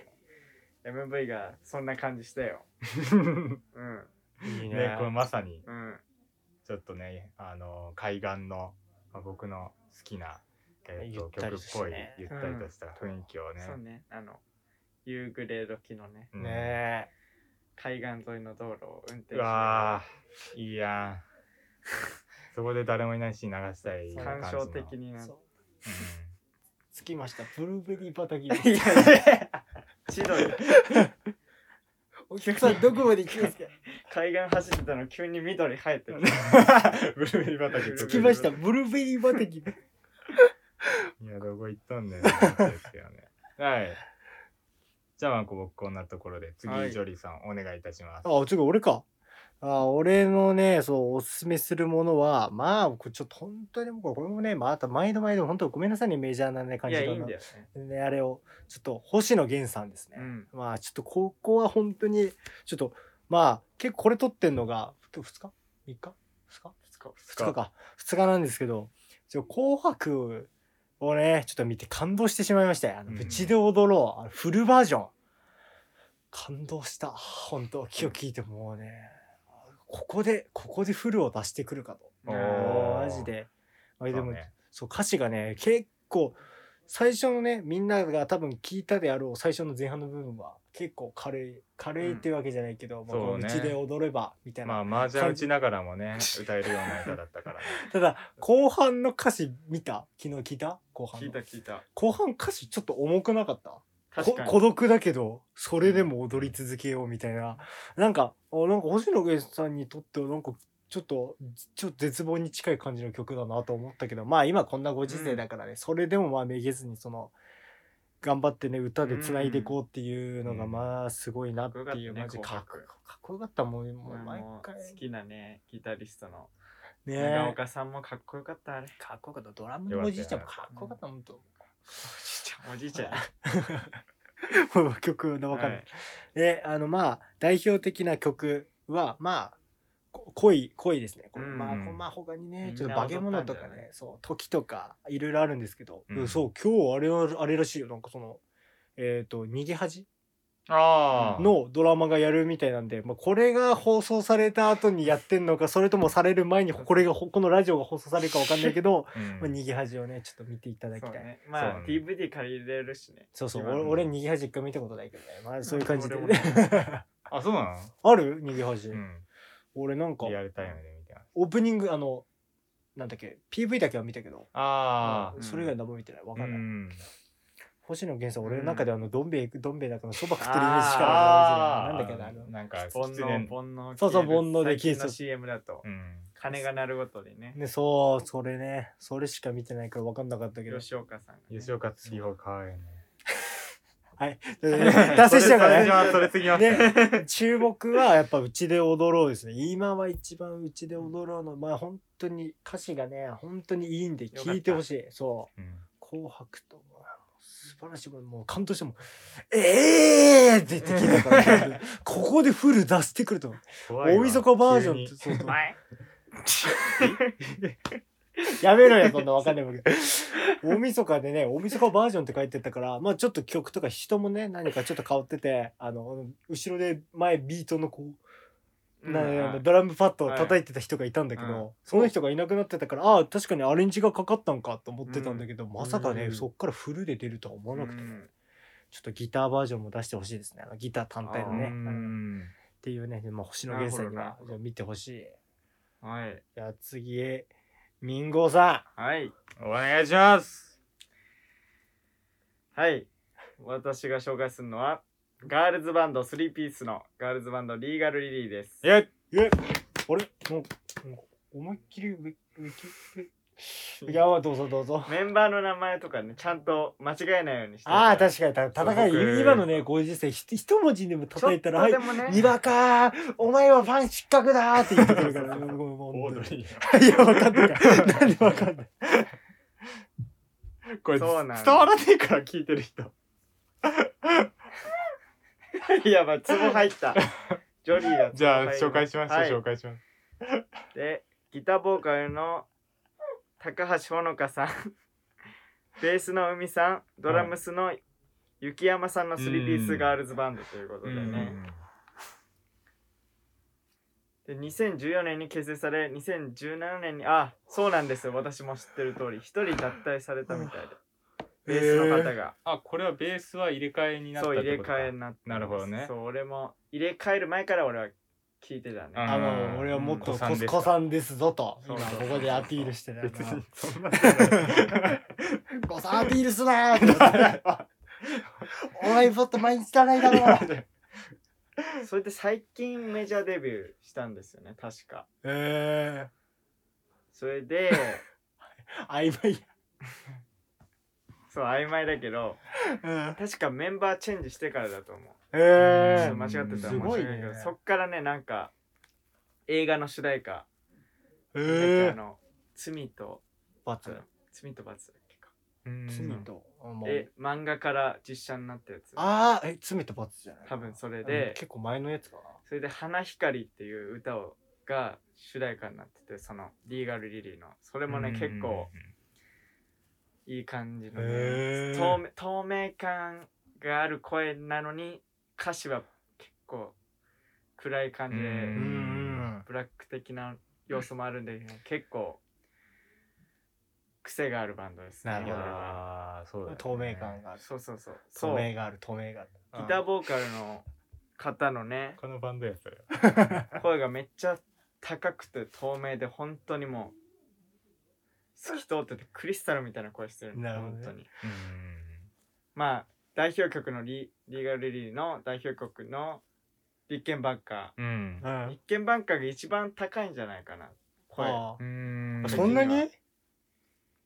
[SPEAKER 3] MV がそんな感じしたよ。 うん。
[SPEAKER 2] いいね
[SPEAKER 1] ねこれまさに
[SPEAKER 3] うん。
[SPEAKER 1] ちょっとねあの海岸の、まあ、僕の好きな、えー、と
[SPEAKER 2] ゆっ
[SPEAKER 1] 曲
[SPEAKER 2] たり
[SPEAKER 1] っ
[SPEAKER 2] として
[SPEAKER 1] ぽい
[SPEAKER 2] ね
[SPEAKER 1] ゆったりとした雰囲気をね,、
[SPEAKER 3] そうね。あの、夕暮れ時のね。
[SPEAKER 1] うん
[SPEAKER 2] ねえ
[SPEAKER 3] 海岸沿いの道路を運転
[SPEAKER 1] う
[SPEAKER 3] しなが
[SPEAKER 1] わーいいやんそこで誰もいないし流したい
[SPEAKER 3] ら
[SPEAKER 1] 感
[SPEAKER 3] 感
[SPEAKER 1] じの
[SPEAKER 3] 傷的にな
[SPEAKER 2] そう
[SPEAKER 1] う
[SPEAKER 2] 着きましたブルーベリー畑に
[SPEAKER 3] 千鳥
[SPEAKER 2] お客さんどこまで行きますか
[SPEAKER 3] 海岸走ってたの急に緑生えてる
[SPEAKER 1] んブルーベリー畑
[SPEAKER 3] 着
[SPEAKER 2] 着きましたブルーベリー畑に
[SPEAKER 1] いやどこ行ったんだよって話ですけどねはいじゃあまあこうこんなところで次、
[SPEAKER 3] はい
[SPEAKER 1] ジョリーさんお願いいたします
[SPEAKER 2] あ、ちょ、俺か。あ、俺のね、そう、おすすめするものは、まあ、これちょっと本当にもう、これもね、また毎度毎度、本当ごめんなさいね、メジャーなね、感
[SPEAKER 3] い
[SPEAKER 2] じ
[SPEAKER 3] や
[SPEAKER 2] だ
[SPEAKER 3] い
[SPEAKER 2] ない
[SPEAKER 3] んだよね
[SPEAKER 2] ね、あれを、ちょっと、星野源さんですね。
[SPEAKER 3] うん
[SPEAKER 2] まあ、ちょっと、ここは本当に、ちょっと、まあ、結構これ撮ってんのが、今日2日 ?3 日 ?2 日
[SPEAKER 3] 二日
[SPEAKER 1] 二日
[SPEAKER 2] ?2 日か。2日なんですけど、ちょ紅白をね、ちょっと見て感動してしまいましたよあの、
[SPEAKER 1] うん
[SPEAKER 2] うちで踊ろう、あのフルバージョン。感動した。本当気を聞いてもうね、ここで、ここでフルを出してくるか
[SPEAKER 1] お
[SPEAKER 2] と。
[SPEAKER 1] ー
[SPEAKER 2] マジで。あれで
[SPEAKER 1] そう
[SPEAKER 2] も、
[SPEAKER 1] ね
[SPEAKER 2] そう、歌詞がね、結構、最初のね、みんなが多分聞いたであろう最初の前半の部分は結構軽い、軽いっていうわけじゃないけど、まあ
[SPEAKER 1] そうね
[SPEAKER 2] うちで踊ればみたいな。
[SPEAKER 1] まあ麻雀打ちながらもね歌えるような歌だったからね
[SPEAKER 2] ただ、後半の歌詞見た昨日聞いた後半
[SPEAKER 3] 聞い
[SPEAKER 2] の
[SPEAKER 3] た。聞いた
[SPEAKER 2] 後半歌詞ちょっと重くなかった
[SPEAKER 3] 確かに
[SPEAKER 2] こ孤独だけど、それでも踊り続けようみたいな。なんか、あなんか星野源さんにとってはなんか、ちょっと、ちょっと絶望に近い感じの曲だなと思ったけど、まあ今こんなご時世だからね、それでもまあめげずにその、頑張ってね、歌で繋いでいこうっていうのが
[SPEAKER 1] うん
[SPEAKER 2] まあすごいなっていう、
[SPEAKER 3] かっこよかったね
[SPEAKER 2] マジかっこ
[SPEAKER 3] 紅白
[SPEAKER 2] かっこよかったもん、もう
[SPEAKER 3] 俺
[SPEAKER 2] 毎
[SPEAKER 3] も
[SPEAKER 2] 回。
[SPEAKER 3] 好きなねギタリストの長
[SPEAKER 2] ね
[SPEAKER 3] 岡さんもかっこよかったあれ
[SPEAKER 2] かっこよかった。ドラムのおじいちゃんもかっこよかったもんと。
[SPEAKER 3] おじいちゃん
[SPEAKER 2] もう曲のわかんない。であのまあ代表的な曲はまあこ恋恋ですね、これ
[SPEAKER 3] うん
[SPEAKER 2] まあこまあ他にね
[SPEAKER 3] みんな
[SPEAKER 2] ちょっと化け物と
[SPEAKER 3] 踊
[SPEAKER 2] か
[SPEAKER 3] ったんじゃな
[SPEAKER 2] ねそう時とかいろいろあるんですけど、
[SPEAKER 1] うん
[SPEAKER 2] うんそう今日あれはあれらしいよなんかそのえっ、と「逃げ恥
[SPEAKER 1] あ」あ
[SPEAKER 2] のドラマがやるみたいなんで、まあ、これが放送された後にやってんのかそれともされる前にこれがこのラジオが放送されるかわかんないけど、
[SPEAKER 1] うん
[SPEAKER 2] まあ、逃げ恥をねちょっと見ていただきた
[SPEAKER 3] そ。
[SPEAKER 2] いう
[SPEAKER 3] ねま
[SPEAKER 1] そう
[SPEAKER 3] あ
[SPEAKER 1] ね
[SPEAKER 3] DVD 借りれるしね
[SPEAKER 2] そうそう
[SPEAKER 3] 今
[SPEAKER 2] 俺
[SPEAKER 3] の
[SPEAKER 2] 俺逃げ恥一回見たことないけどね、まあ、そういう感じで、
[SPEAKER 3] 俺もね
[SPEAKER 1] あそうな
[SPEAKER 2] ある逃げ恥、
[SPEAKER 1] のう
[SPEAKER 2] 俺なんか
[SPEAKER 1] んリアルタイムで見てます
[SPEAKER 2] オープニングあのなんだっけ PV だけは見たけど
[SPEAKER 1] あ
[SPEAKER 3] うん
[SPEAKER 2] それ以外何も見てないわ
[SPEAKER 1] あう
[SPEAKER 2] かんない、
[SPEAKER 1] ん
[SPEAKER 2] 星野源さん俺の
[SPEAKER 3] うん
[SPEAKER 2] 中であのどん兵衛どん兵衛だからそば食ってるイメージしか
[SPEAKER 1] あ
[SPEAKER 2] ない
[SPEAKER 1] ー
[SPEAKER 2] なんだっけなあの
[SPEAKER 1] なんか
[SPEAKER 3] 煩
[SPEAKER 1] きつ
[SPEAKER 3] 悩
[SPEAKER 1] ね
[SPEAKER 3] 煩悩
[SPEAKER 2] そうそう
[SPEAKER 3] 消える
[SPEAKER 2] 煩悩で消え
[SPEAKER 3] 最
[SPEAKER 2] る
[SPEAKER 3] 近の CM だと
[SPEAKER 1] うん
[SPEAKER 3] 鐘が鳴るごとにね
[SPEAKER 2] ねそうそれねそれしか見てないから分かんなかったけど
[SPEAKER 3] 吉岡さんがね
[SPEAKER 1] 吉岡里帆かわいいね
[SPEAKER 2] 達成しちゃうからね
[SPEAKER 1] それ次ぎますそれ次ぎます
[SPEAKER 2] ね、注目はやっぱ「うちで踊ろう」ですね今は一番「うちで踊ろうの」まあ本当に歌詞がね本当にいいんで聞いてほしいそう
[SPEAKER 1] うん
[SPEAKER 2] 「紅白」ともう素晴らしいもうもう感動してもう「ええー!」って言って聞いたから、ここでフル出してくると思う
[SPEAKER 1] 怖い
[SPEAKER 2] 大
[SPEAKER 1] わ
[SPEAKER 2] 晦日バージョン
[SPEAKER 1] 急
[SPEAKER 2] っ
[SPEAKER 1] に
[SPEAKER 2] てそうそう
[SPEAKER 3] 前
[SPEAKER 2] やめろよそんなわかんないわけ大晦日でね大晦日バージョンって書いてたからまあちょっと曲とか人もね何かちょっと変わっててあの後ろで前ビートのこうなあのドラムパッドを叩いてた人がいたんだけど、
[SPEAKER 3] うん
[SPEAKER 2] その人がいなくなってたからああ確かにアレンジがかかったんかと思ってたんだけど、まさかね、
[SPEAKER 3] うん
[SPEAKER 2] そっからフルで出るとは思わなくて、
[SPEAKER 3] うん
[SPEAKER 2] ちょっとギターバージョンも出してほしいですねあのギター単体のね
[SPEAKER 1] う
[SPEAKER 2] あのっ
[SPEAKER 1] ん
[SPEAKER 2] ていうね、まあ、星野源さんに
[SPEAKER 3] なる
[SPEAKER 2] は
[SPEAKER 3] ほど
[SPEAKER 2] じゃあ見てほしい
[SPEAKER 3] はい
[SPEAKER 2] じゃあ次ミンゴさ
[SPEAKER 3] はい
[SPEAKER 1] お願いします
[SPEAKER 3] はい私が紹介するのはガールズバンド3ピースのガールズバンドリーガルリリーです
[SPEAKER 1] いや
[SPEAKER 2] んえあれもうもう思いっきりウィウィキいやどうぞどうぞ
[SPEAKER 3] メンバーの名前とかねちゃんと間違えないようにしてる
[SPEAKER 2] ああ
[SPEAKER 3] から
[SPEAKER 2] 確かにた戦
[SPEAKER 1] そう僕
[SPEAKER 2] い今のねご時世ひ一文字でも叩いたらはい
[SPEAKER 3] ちょっとでもね
[SPEAKER 2] にわかーお前はファン失格だーって言ってくるから、もうもうもう
[SPEAKER 1] オードリ
[SPEAKER 2] いや、わかんない。なんでわかんない。
[SPEAKER 1] ーこれ伝
[SPEAKER 3] そう
[SPEAKER 1] わ
[SPEAKER 3] なんだ
[SPEAKER 1] らねえから聞いてる人
[SPEAKER 3] いやばい、ツボ入った。 ジョリーがツボ入りす。
[SPEAKER 1] じゃあ紹介しましょう、
[SPEAKER 3] はい
[SPEAKER 1] 紹介します
[SPEAKER 3] で、ギターボーカルの高橋ほのかさん、 ベースの海さん、ドラムスの雪山さんの3ピースガールズバンドということでね。で、2014年に結成され、2017年に、あ、そうなんですよ。私も知ってる通り、一人脱退されたみたいで。ベースの方が、
[SPEAKER 1] あこれはベースは入れ替えになったっ
[SPEAKER 3] そう
[SPEAKER 1] て
[SPEAKER 3] 入
[SPEAKER 1] こと
[SPEAKER 3] れ
[SPEAKER 1] か
[SPEAKER 3] 替えになってます
[SPEAKER 1] なるほどね
[SPEAKER 3] そう俺も入れ替える前から俺は聞いてたね、
[SPEAKER 1] うん
[SPEAKER 2] あの俺はもっと
[SPEAKER 1] うん
[SPEAKER 2] コスコさんですぞと
[SPEAKER 1] そ
[SPEAKER 2] 今
[SPEAKER 1] うそう
[SPEAKER 2] ここでアピールしてる
[SPEAKER 1] 別にそんな
[SPEAKER 2] コさんアピールす なーってお前もっと毎日じゃないだろう
[SPEAKER 3] それで最近メジャーデビューしたんですよね確か
[SPEAKER 2] え
[SPEAKER 3] それ で
[SPEAKER 2] え曖昧
[SPEAKER 3] そう曖昧だけど
[SPEAKER 2] うん
[SPEAKER 3] 確かメンバーチェンジしてからだと思うちょっ
[SPEAKER 2] ええ
[SPEAKER 3] と間違ってたら
[SPEAKER 2] す
[SPEAKER 3] 申し
[SPEAKER 2] ごいね
[SPEAKER 3] 訳ないけど、そっからねなんか映画の主題歌、
[SPEAKER 2] え
[SPEAKER 3] あの罪と
[SPEAKER 2] 罰
[SPEAKER 3] 罪と罰だっけか、
[SPEAKER 2] 罪とあもう
[SPEAKER 3] え漫画から実写になったやつ
[SPEAKER 2] ああえ罪と罰じゃない
[SPEAKER 3] 多分それ
[SPEAKER 2] うん
[SPEAKER 3] で
[SPEAKER 2] 結構前のやつかな
[SPEAKER 3] それで「花光」っていう歌をが主題歌になっててそのリーガルリリーのそれ
[SPEAKER 1] で
[SPEAKER 3] もね結構いい感じの、
[SPEAKER 2] へ
[SPEAKER 3] ね、
[SPEAKER 2] ー
[SPEAKER 3] 透明透明感がある声なのに歌詞は結構暗い感じで、
[SPEAKER 1] うん
[SPEAKER 3] ブラック的な要素もあるんで、結構癖があるバンドですね
[SPEAKER 2] なるほど
[SPEAKER 3] 俺は
[SPEAKER 1] あーそうだ、ね、
[SPEAKER 2] 透明感がある
[SPEAKER 3] そうそうそうそ
[SPEAKER 2] 透
[SPEAKER 3] う
[SPEAKER 2] 明
[SPEAKER 3] ギ
[SPEAKER 2] がある透明がある
[SPEAKER 3] ターボーカルの方のね
[SPEAKER 1] 他のバンドやそれ
[SPEAKER 3] 声がめっちゃ高くて透明で本当にもう透き通っててクリスタルみたいな声してるの
[SPEAKER 2] なるほどね
[SPEAKER 3] 本当に
[SPEAKER 1] うん
[SPEAKER 3] まあ代表曲のリリーガルリリーの代表曲の立憲バンカ
[SPEAKER 1] うん
[SPEAKER 3] ー
[SPEAKER 2] う
[SPEAKER 3] 立憲バンカーが一番高いんじゃないかな声
[SPEAKER 2] あ
[SPEAKER 1] うん
[SPEAKER 2] ーそんな
[SPEAKER 3] う
[SPEAKER 2] に
[SPEAKER 3] ん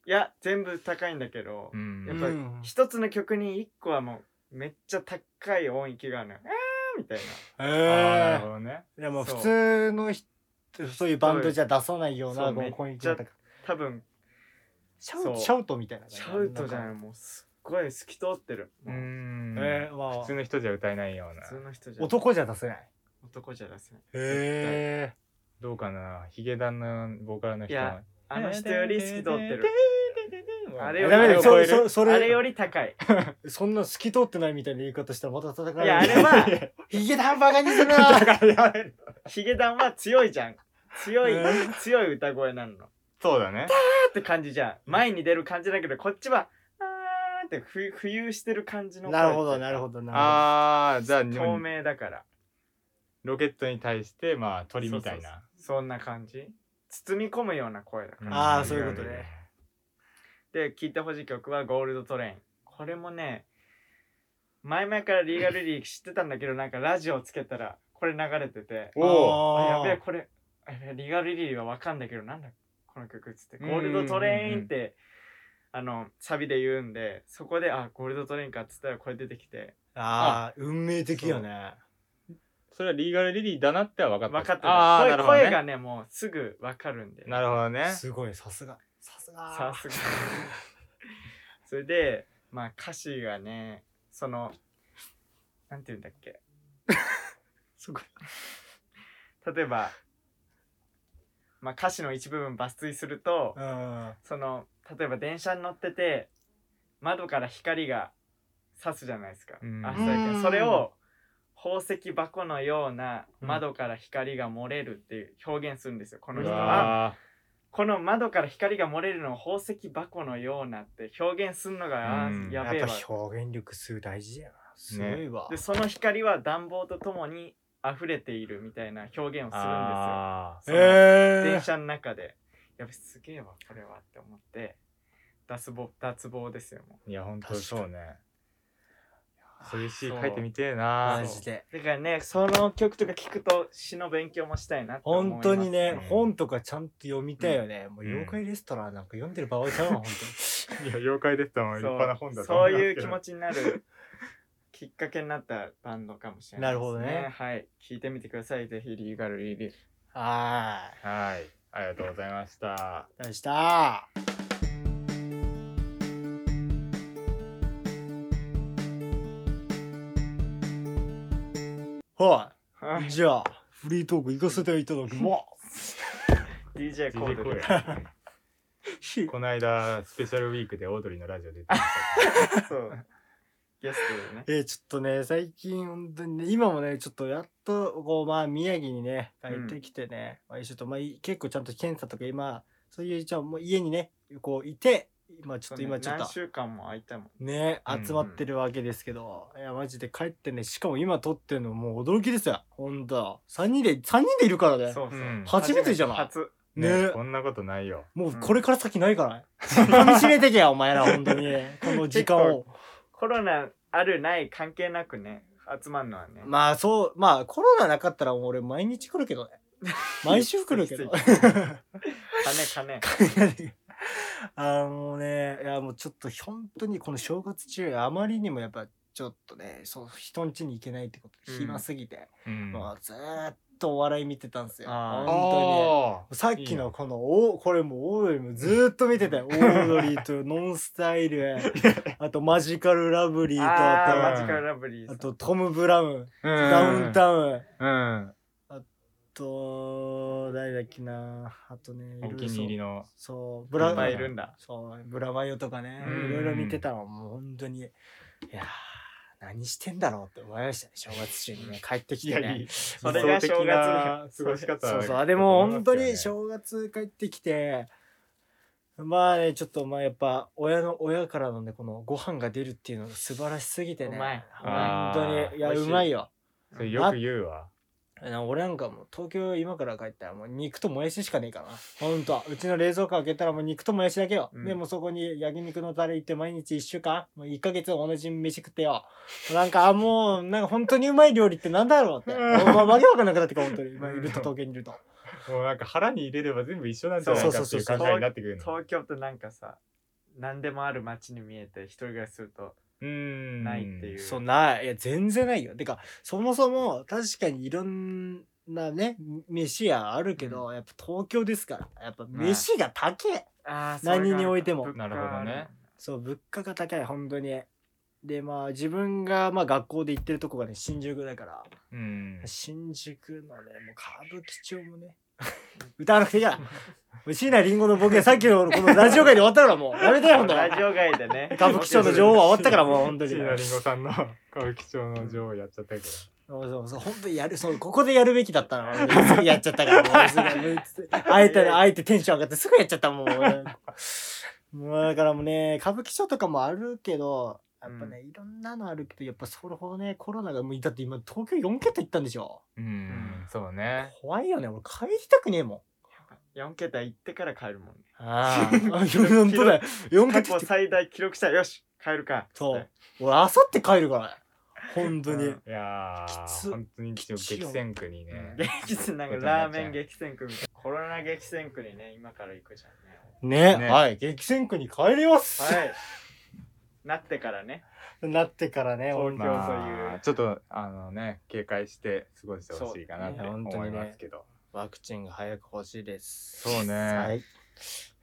[SPEAKER 3] いや全部高いんだけど、
[SPEAKER 1] うん
[SPEAKER 3] やっぱり
[SPEAKER 2] うん
[SPEAKER 3] 一つの曲に一個はもうめっちゃ高い音域があるのよ。あーみたいな。
[SPEAKER 1] あーなる
[SPEAKER 2] ええ
[SPEAKER 1] ほどね
[SPEAKER 2] いやもう
[SPEAKER 3] そう
[SPEAKER 2] 普通の人そういうバンドじゃ出さないよう
[SPEAKER 3] そ
[SPEAKER 2] な
[SPEAKER 3] う
[SPEAKER 2] こ
[SPEAKER 3] め
[SPEAKER 2] う
[SPEAKER 3] っ
[SPEAKER 2] コイン
[SPEAKER 3] ちゃ
[SPEAKER 2] とか
[SPEAKER 3] 多分
[SPEAKER 2] シャ
[SPEAKER 3] そう
[SPEAKER 2] ウシャウトみたいな感じ
[SPEAKER 3] シャウトじゃ
[SPEAKER 2] ん
[SPEAKER 3] な
[SPEAKER 2] か
[SPEAKER 3] いもうすっごい透き通ってる。もう
[SPEAKER 1] うん
[SPEAKER 2] えーまあ
[SPEAKER 1] 普通の人じゃ歌えないような
[SPEAKER 3] 普通の人じゃ
[SPEAKER 2] 男じゃ出せない
[SPEAKER 3] 男じゃ出せない。
[SPEAKER 2] へ
[SPEAKER 1] どうかなヒゲダンのボーカルの人
[SPEAKER 3] いやあの人より透き通ってる。あれ
[SPEAKER 2] え
[SPEAKER 3] よ
[SPEAKER 2] ダメだよ
[SPEAKER 3] あれを超
[SPEAKER 2] そ
[SPEAKER 3] える
[SPEAKER 2] そそ
[SPEAKER 3] あれ
[SPEAKER 2] れ
[SPEAKER 3] より高い。
[SPEAKER 2] そんな透き通ってないみたいな言い方したらまた戦える
[SPEAKER 3] いやあれは
[SPEAKER 2] ヒゲダンバカにするな
[SPEAKER 3] ヒゲダンは強いじゃん。強い、
[SPEAKER 2] え
[SPEAKER 3] 強い歌声なの。
[SPEAKER 1] そうだね
[SPEAKER 3] って感じじゃん。前に出る感じだけど、こっちは、あーってふ浮遊してる感じの
[SPEAKER 2] なるほどなる
[SPEAKER 3] ど。
[SPEAKER 2] ほどな
[SPEAKER 1] ああじゃあ
[SPEAKER 3] 透明だから。
[SPEAKER 1] ロケットに対してまあ鳥みたいな
[SPEAKER 3] そうそうそうそんな感じ包み込むような声だから、
[SPEAKER 2] あーそういうこと
[SPEAKER 3] ねで聴いてほしい曲は「ゴールドトレイン」これもね前々からリーガルリリー知ってたんだけどなんかラジオつけたらこれ流れてて
[SPEAKER 2] るほど
[SPEAKER 1] おお
[SPEAKER 3] あ
[SPEAKER 2] あー
[SPEAKER 3] やべえこれあやべえリーガルリリーはわかんだけどなんだこの曲っつって「
[SPEAKER 1] う
[SPEAKER 3] ゴ
[SPEAKER 1] んうんうん
[SPEAKER 3] ールドトレイン」ってあのサビで言うんでそこで「あゴールドトレインか」っつったらこれ出てきて
[SPEAKER 2] あー運命的よね
[SPEAKER 1] それはリーガルリリーだなっては分かった
[SPEAKER 3] 分かって
[SPEAKER 1] ああな
[SPEAKER 3] た
[SPEAKER 1] る
[SPEAKER 3] 声
[SPEAKER 1] ほど
[SPEAKER 3] 声が
[SPEAKER 1] ね
[SPEAKER 3] ねもうすぐ分かるんで
[SPEAKER 1] なるほどね
[SPEAKER 2] すごいさすがさす
[SPEAKER 3] さ
[SPEAKER 2] が
[SPEAKER 3] すが。それで、まあ歌詞がね、その、なんて言うんだっ け。
[SPEAKER 2] すごい
[SPEAKER 3] 例えば、まあ歌詞の一部分抜粋すると、
[SPEAKER 2] うん
[SPEAKER 3] その、例えば電車に乗ってて、窓から光が差すじゃないですか。
[SPEAKER 1] うん
[SPEAKER 3] 朝焼
[SPEAKER 2] うん
[SPEAKER 3] けそれを、宝石箱のような窓から光が漏れるっていう表現するんですよ、この
[SPEAKER 1] う
[SPEAKER 3] 人は。
[SPEAKER 1] わ
[SPEAKER 3] この窓から光が漏れるのを宝石箱のようなって表現するのがあ
[SPEAKER 1] うん
[SPEAKER 3] ーやべえ
[SPEAKER 2] や
[SPEAKER 3] わ
[SPEAKER 2] っぱ表現力すごい大事だよなすごいわ
[SPEAKER 3] でその光は暖房とともに溢れているみたいな表現を
[SPEAKER 1] ー
[SPEAKER 3] するん
[SPEAKER 1] あ
[SPEAKER 3] ですよその
[SPEAKER 2] え
[SPEAKER 3] 電車の中でやべすげえわこれはって思って脱帽脱帽ですよも
[SPEAKER 1] ーいや本当そうねそう
[SPEAKER 2] ー
[SPEAKER 1] いうシー
[SPEAKER 3] そ
[SPEAKER 1] ン
[SPEAKER 3] う
[SPEAKER 1] 書いてみてえな
[SPEAKER 2] マジで
[SPEAKER 3] うだからねその曲とか聞くと詩の勉強もしたいなって思いま
[SPEAKER 2] 本
[SPEAKER 3] す
[SPEAKER 2] 当にね
[SPEAKER 1] うん、
[SPEAKER 2] 本とかちゃんと読みたいよね。もう
[SPEAKER 1] うん
[SPEAKER 2] 妖怪レストランなんか読んでる場合ちゃうわ、本
[SPEAKER 1] いや妖怪ですとも立派な
[SPEAKER 3] そ
[SPEAKER 1] 本
[SPEAKER 3] う
[SPEAKER 1] だと思
[SPEAKER 3] そう
[SPEAKER 1] ます
[SPEAKER 3] いう
[SPEAKER 1] けど
[SPEAKER 3] 気持ちになるきっかけになったバンドかもしれない
[SPEAKER 2] なるほどね
[SPEAKER 3] はい聞いてみてくださいぜひリーガルリリー
[SPEAKER 2] 当に。は
[SPEAKER 1] はいありがとうございました
[SPEAKER 2] ーい。でした。は
[SPEAKER 3] はい
[SPEAKER 2] い。じゃあ、フリートーク行かせていただきます
[SPEAKER 3] DJ コードで
[SPEAKER 2] ひ。
[SPEAKER 1] この間スペシャルウィークでオードリーのラジオ出てまし
[SPEAKER 3] そうゲストでね
[SPEAKER 2] えー、ちょっとね、最近本当にね、今もね、ちょっとやっと、こう、まあ、宮城にね、帰ってきてね、まあ、ちょっと、まあ、い結構ちゃんと検査とか今、そういう、じゃあもう家にね、こう、いて、今ちょっと今ちょっ
[SPEAKER 3] 何
[SPEAKER 2] と
[SPEAKER 3] 週間も空いたもん
[SPEAKER 2] ね
[SPEAKER 1] うん
[SPEAKER 2] 集まってるわけですけど、いやマジで帰ってねしかも今撮ってるのもう驚きですよほんと3人で3人でいるからね
[SPEAKER 3] そうそう、
[SPEAKER 1] うん
[SPEAKER 2] 初めてじゃない
[SPEAKER 3] 初
[SPEAKER 1] ね
[SPEAKER 2] ね
[SPEAKER 1] こんなことないよ。
[SPEAKER 2] もうこれから先ないからね噛みしめてけ やお前らほんとにこの時間を
[SPEAKER 3] コロナあるない関係なくね集まるのはね、
[SPEAKER 2] まあそうまあコロナなかったら俺毎日来るけどね毎週来るけど
[SPEAKER 3] 金金
[SPEAKER 2] あのねいやもうちょっと本当にこの正月中あまりにもやっぱちょっとねそう人ん家に行けないってこと
[SPEAKER 3] うん
[SPEAKER 2] 暇すぎて、
[SPEAKER 1] うん
[SPEAKER 2] もうずーっとお笑い見てたんですよ
[SPEAKER 3] あー
[SPEAKER 2] 本
[SPEAKER 1] あ
[SPEAKER 2] 当にさっき
[SPEAKER 1] いい
[SPEAKER 2] の
[SPEAKER 1] よ
[SPEAKER 2] このおこれもうオードリーもずーっと見てたよオードリーとノンスタ イルあとマジカルラブリーと
[SPEAKER 1] ー
[SPEAKER 3] ああ
[SPEAKER 2] あ
[SPEAKER 3] マジカルラブリー
[SPEAKER 2] と
[SPEAKER 3] さ
[SPEAKER 2] あ
[SPEAKER 3] ん
[SPEAKER 2] とトム・ブラウン
[SPEAKER 1] ー
[SPEAKER 2] ダウンタウン、
[SPEAKER 1] うん。
[SPEAKER 2] と誰だっけなあとねいろ
[SPEAKER 1] お
[SPEAKER 2] いろ
[SPEAKER 1] 気に入りの。
[SPEAKER 2] そうブ
[SPEAKER 3] い
[SPEAKER 2] ラ
[SPEAKER 3] っぱいいるんだ
[SPEAKER 2] そうブラマヨとかね
[SPEAKER 1] うん
[SPEAKER 2] いろいろ見てたのもう本当にいやー何してんだろうって思いましたね正月中にね帰ってきてね
[SPEAKER 1] いやいい
[SPEAKER 3] それが正月
[SPEAKER 1] 理想
[SPEAKER 3] の
[SPEAKER 1] 的な過ごし方
[SPEAKER 2] そうそう
[SPEAKER 1] だ
[SPEAKER 2] あ
[SPEAKER 1] と
[SPEAKER 2] で
[SPEAKER 1] 思
[SPEAKER 2] も
[SPEAKER 1] いますよね
[SPEAKER 2] 本当に正月帰ってきてまあねちょっとまあやっぱ親の親からのねこのご飯が出るっていうのが素晴らしすぎてね
[SPEAKER 3] うまい
[SPEAKER 2] 本当
[SPEAKER 1] あー
[SPEAKER 2] にいや
[SPEAKER 3] 美味
[SPEAKER 2] う
[SPEAKER 3] しい
[SPEAKER 2] まいよ
[SPEAKER 1] それよく言うわ。
[SPEAKER 2] な俺なんかもう東京今から帰ったらもう肉ともやししかねえからなほんとはうちの冷蔵庫開けたらもう肉ともやしだけよ、
[SPEAKER 3] うん
[SPEAKER 2] でもうそこに焼肉のタレ行って毎日1週間もう1ヶ月同じ飯食ってよなんかあもうなんか本当にうまい料理ってなんだろうってお前わけわかんなくなってくる本当に今いると東京にいると
[SPEAKER 1] もうなんか腹に入れれば全部一緒なんじゃないかっていう考えになってくるの。
[SPEAKER 3] 東京ってなんかさ何でもある街に見えて一人暮らしすると
[SPEAKER 1] うーん。
[SPEAKER 3] ないっていう、
[SPEAKER 2] そうないいや全然ないよてかそもそも確かにいろんなね飯屋あるけど、やっぱ東京ですからやっぱ飯が高え、
[SPEAKER 3] あー
[SPEAKER 2] 何においても
[SPEAKER 3] それが
[SPEAKER 1] なるほどね
[SPEAKER 2] そう物価が高い本当にでまあ自分がまあ学校で行ってるとこがね新宿だから
[SPEAKER 1] うん。
[SPEAKER 2] 新宿のねもう歌舞伎町もね 歌わなくていいからもう椎名林檎のボケさっきのこのラジオ会で終わったからもうやめてよほんと
[SPEAKER 3] ラジオ外でね
[SPEAKER 2] 歌舞伎町の女王は終わったからもう本当に
[SPEAKER 1] 椎名林檎さんの歌舞伎町の女王やっちゃったけど。
[SPEAKER 2] そうそうそう本当にやるそうここでやるべきだったの俺すぐやっちゃった からもうすぐあえてあえてテンション上がってすぐやっちゃったもん 俺もうだからもうね歌舞伎町とかもあるけどやっぱね、いろんなのあるけどやっぱそれほどねコロナがもうだって今東京4桁行ったんでしょ
[SPEAKER 1] うん。そうね。
[SPEAKER 2] 怖いよね俺帰りたくねえもん
[SPEAKER 3] 4桁行ってから帰るもんね
[SPEAKER 2] ああ 本当だよ4桁
[SPEAKER 3] 過
[SPEAKER 2] 行
[SPEAKER 3] 去
[SPEAKER 2] って
[SPEAKER 3] 最大記録したよし帰るか
[SPEAKER 2] そう俺あさって帰るからね本当に、
[SPEAKER 3] うん
[SPEAKER 1] いや
[SPEAKER 2] きつ
[SPEAKER 1] ー、本当に激戦区にね。
[SPEAKER 3] 激戦なんかラーメン激戦区みたいなコロナ激戦区にね今から行くじゃんね
[SPEAKER 2] ね
[SPEAKER 1] ね
[SPEAKER 2] はい激戦区に帰ります、
[SPEAKER 3] はいなってからね
[SPEAKER 2] なってからね本
[SPEAKER 3] 東京
[SPEAKER 2] 当に
[SPEAKER 1] まあ、ちょっとあのね警戒して過ごしてほしいかなって
[SPEAKER 2] そうね
[SPEAKER 1] 思いますけど、
[SPEAKER 2] ワクチンが早く欲しいです。
[SPEAKER 1] そうね
[SPEAKER 2] はい。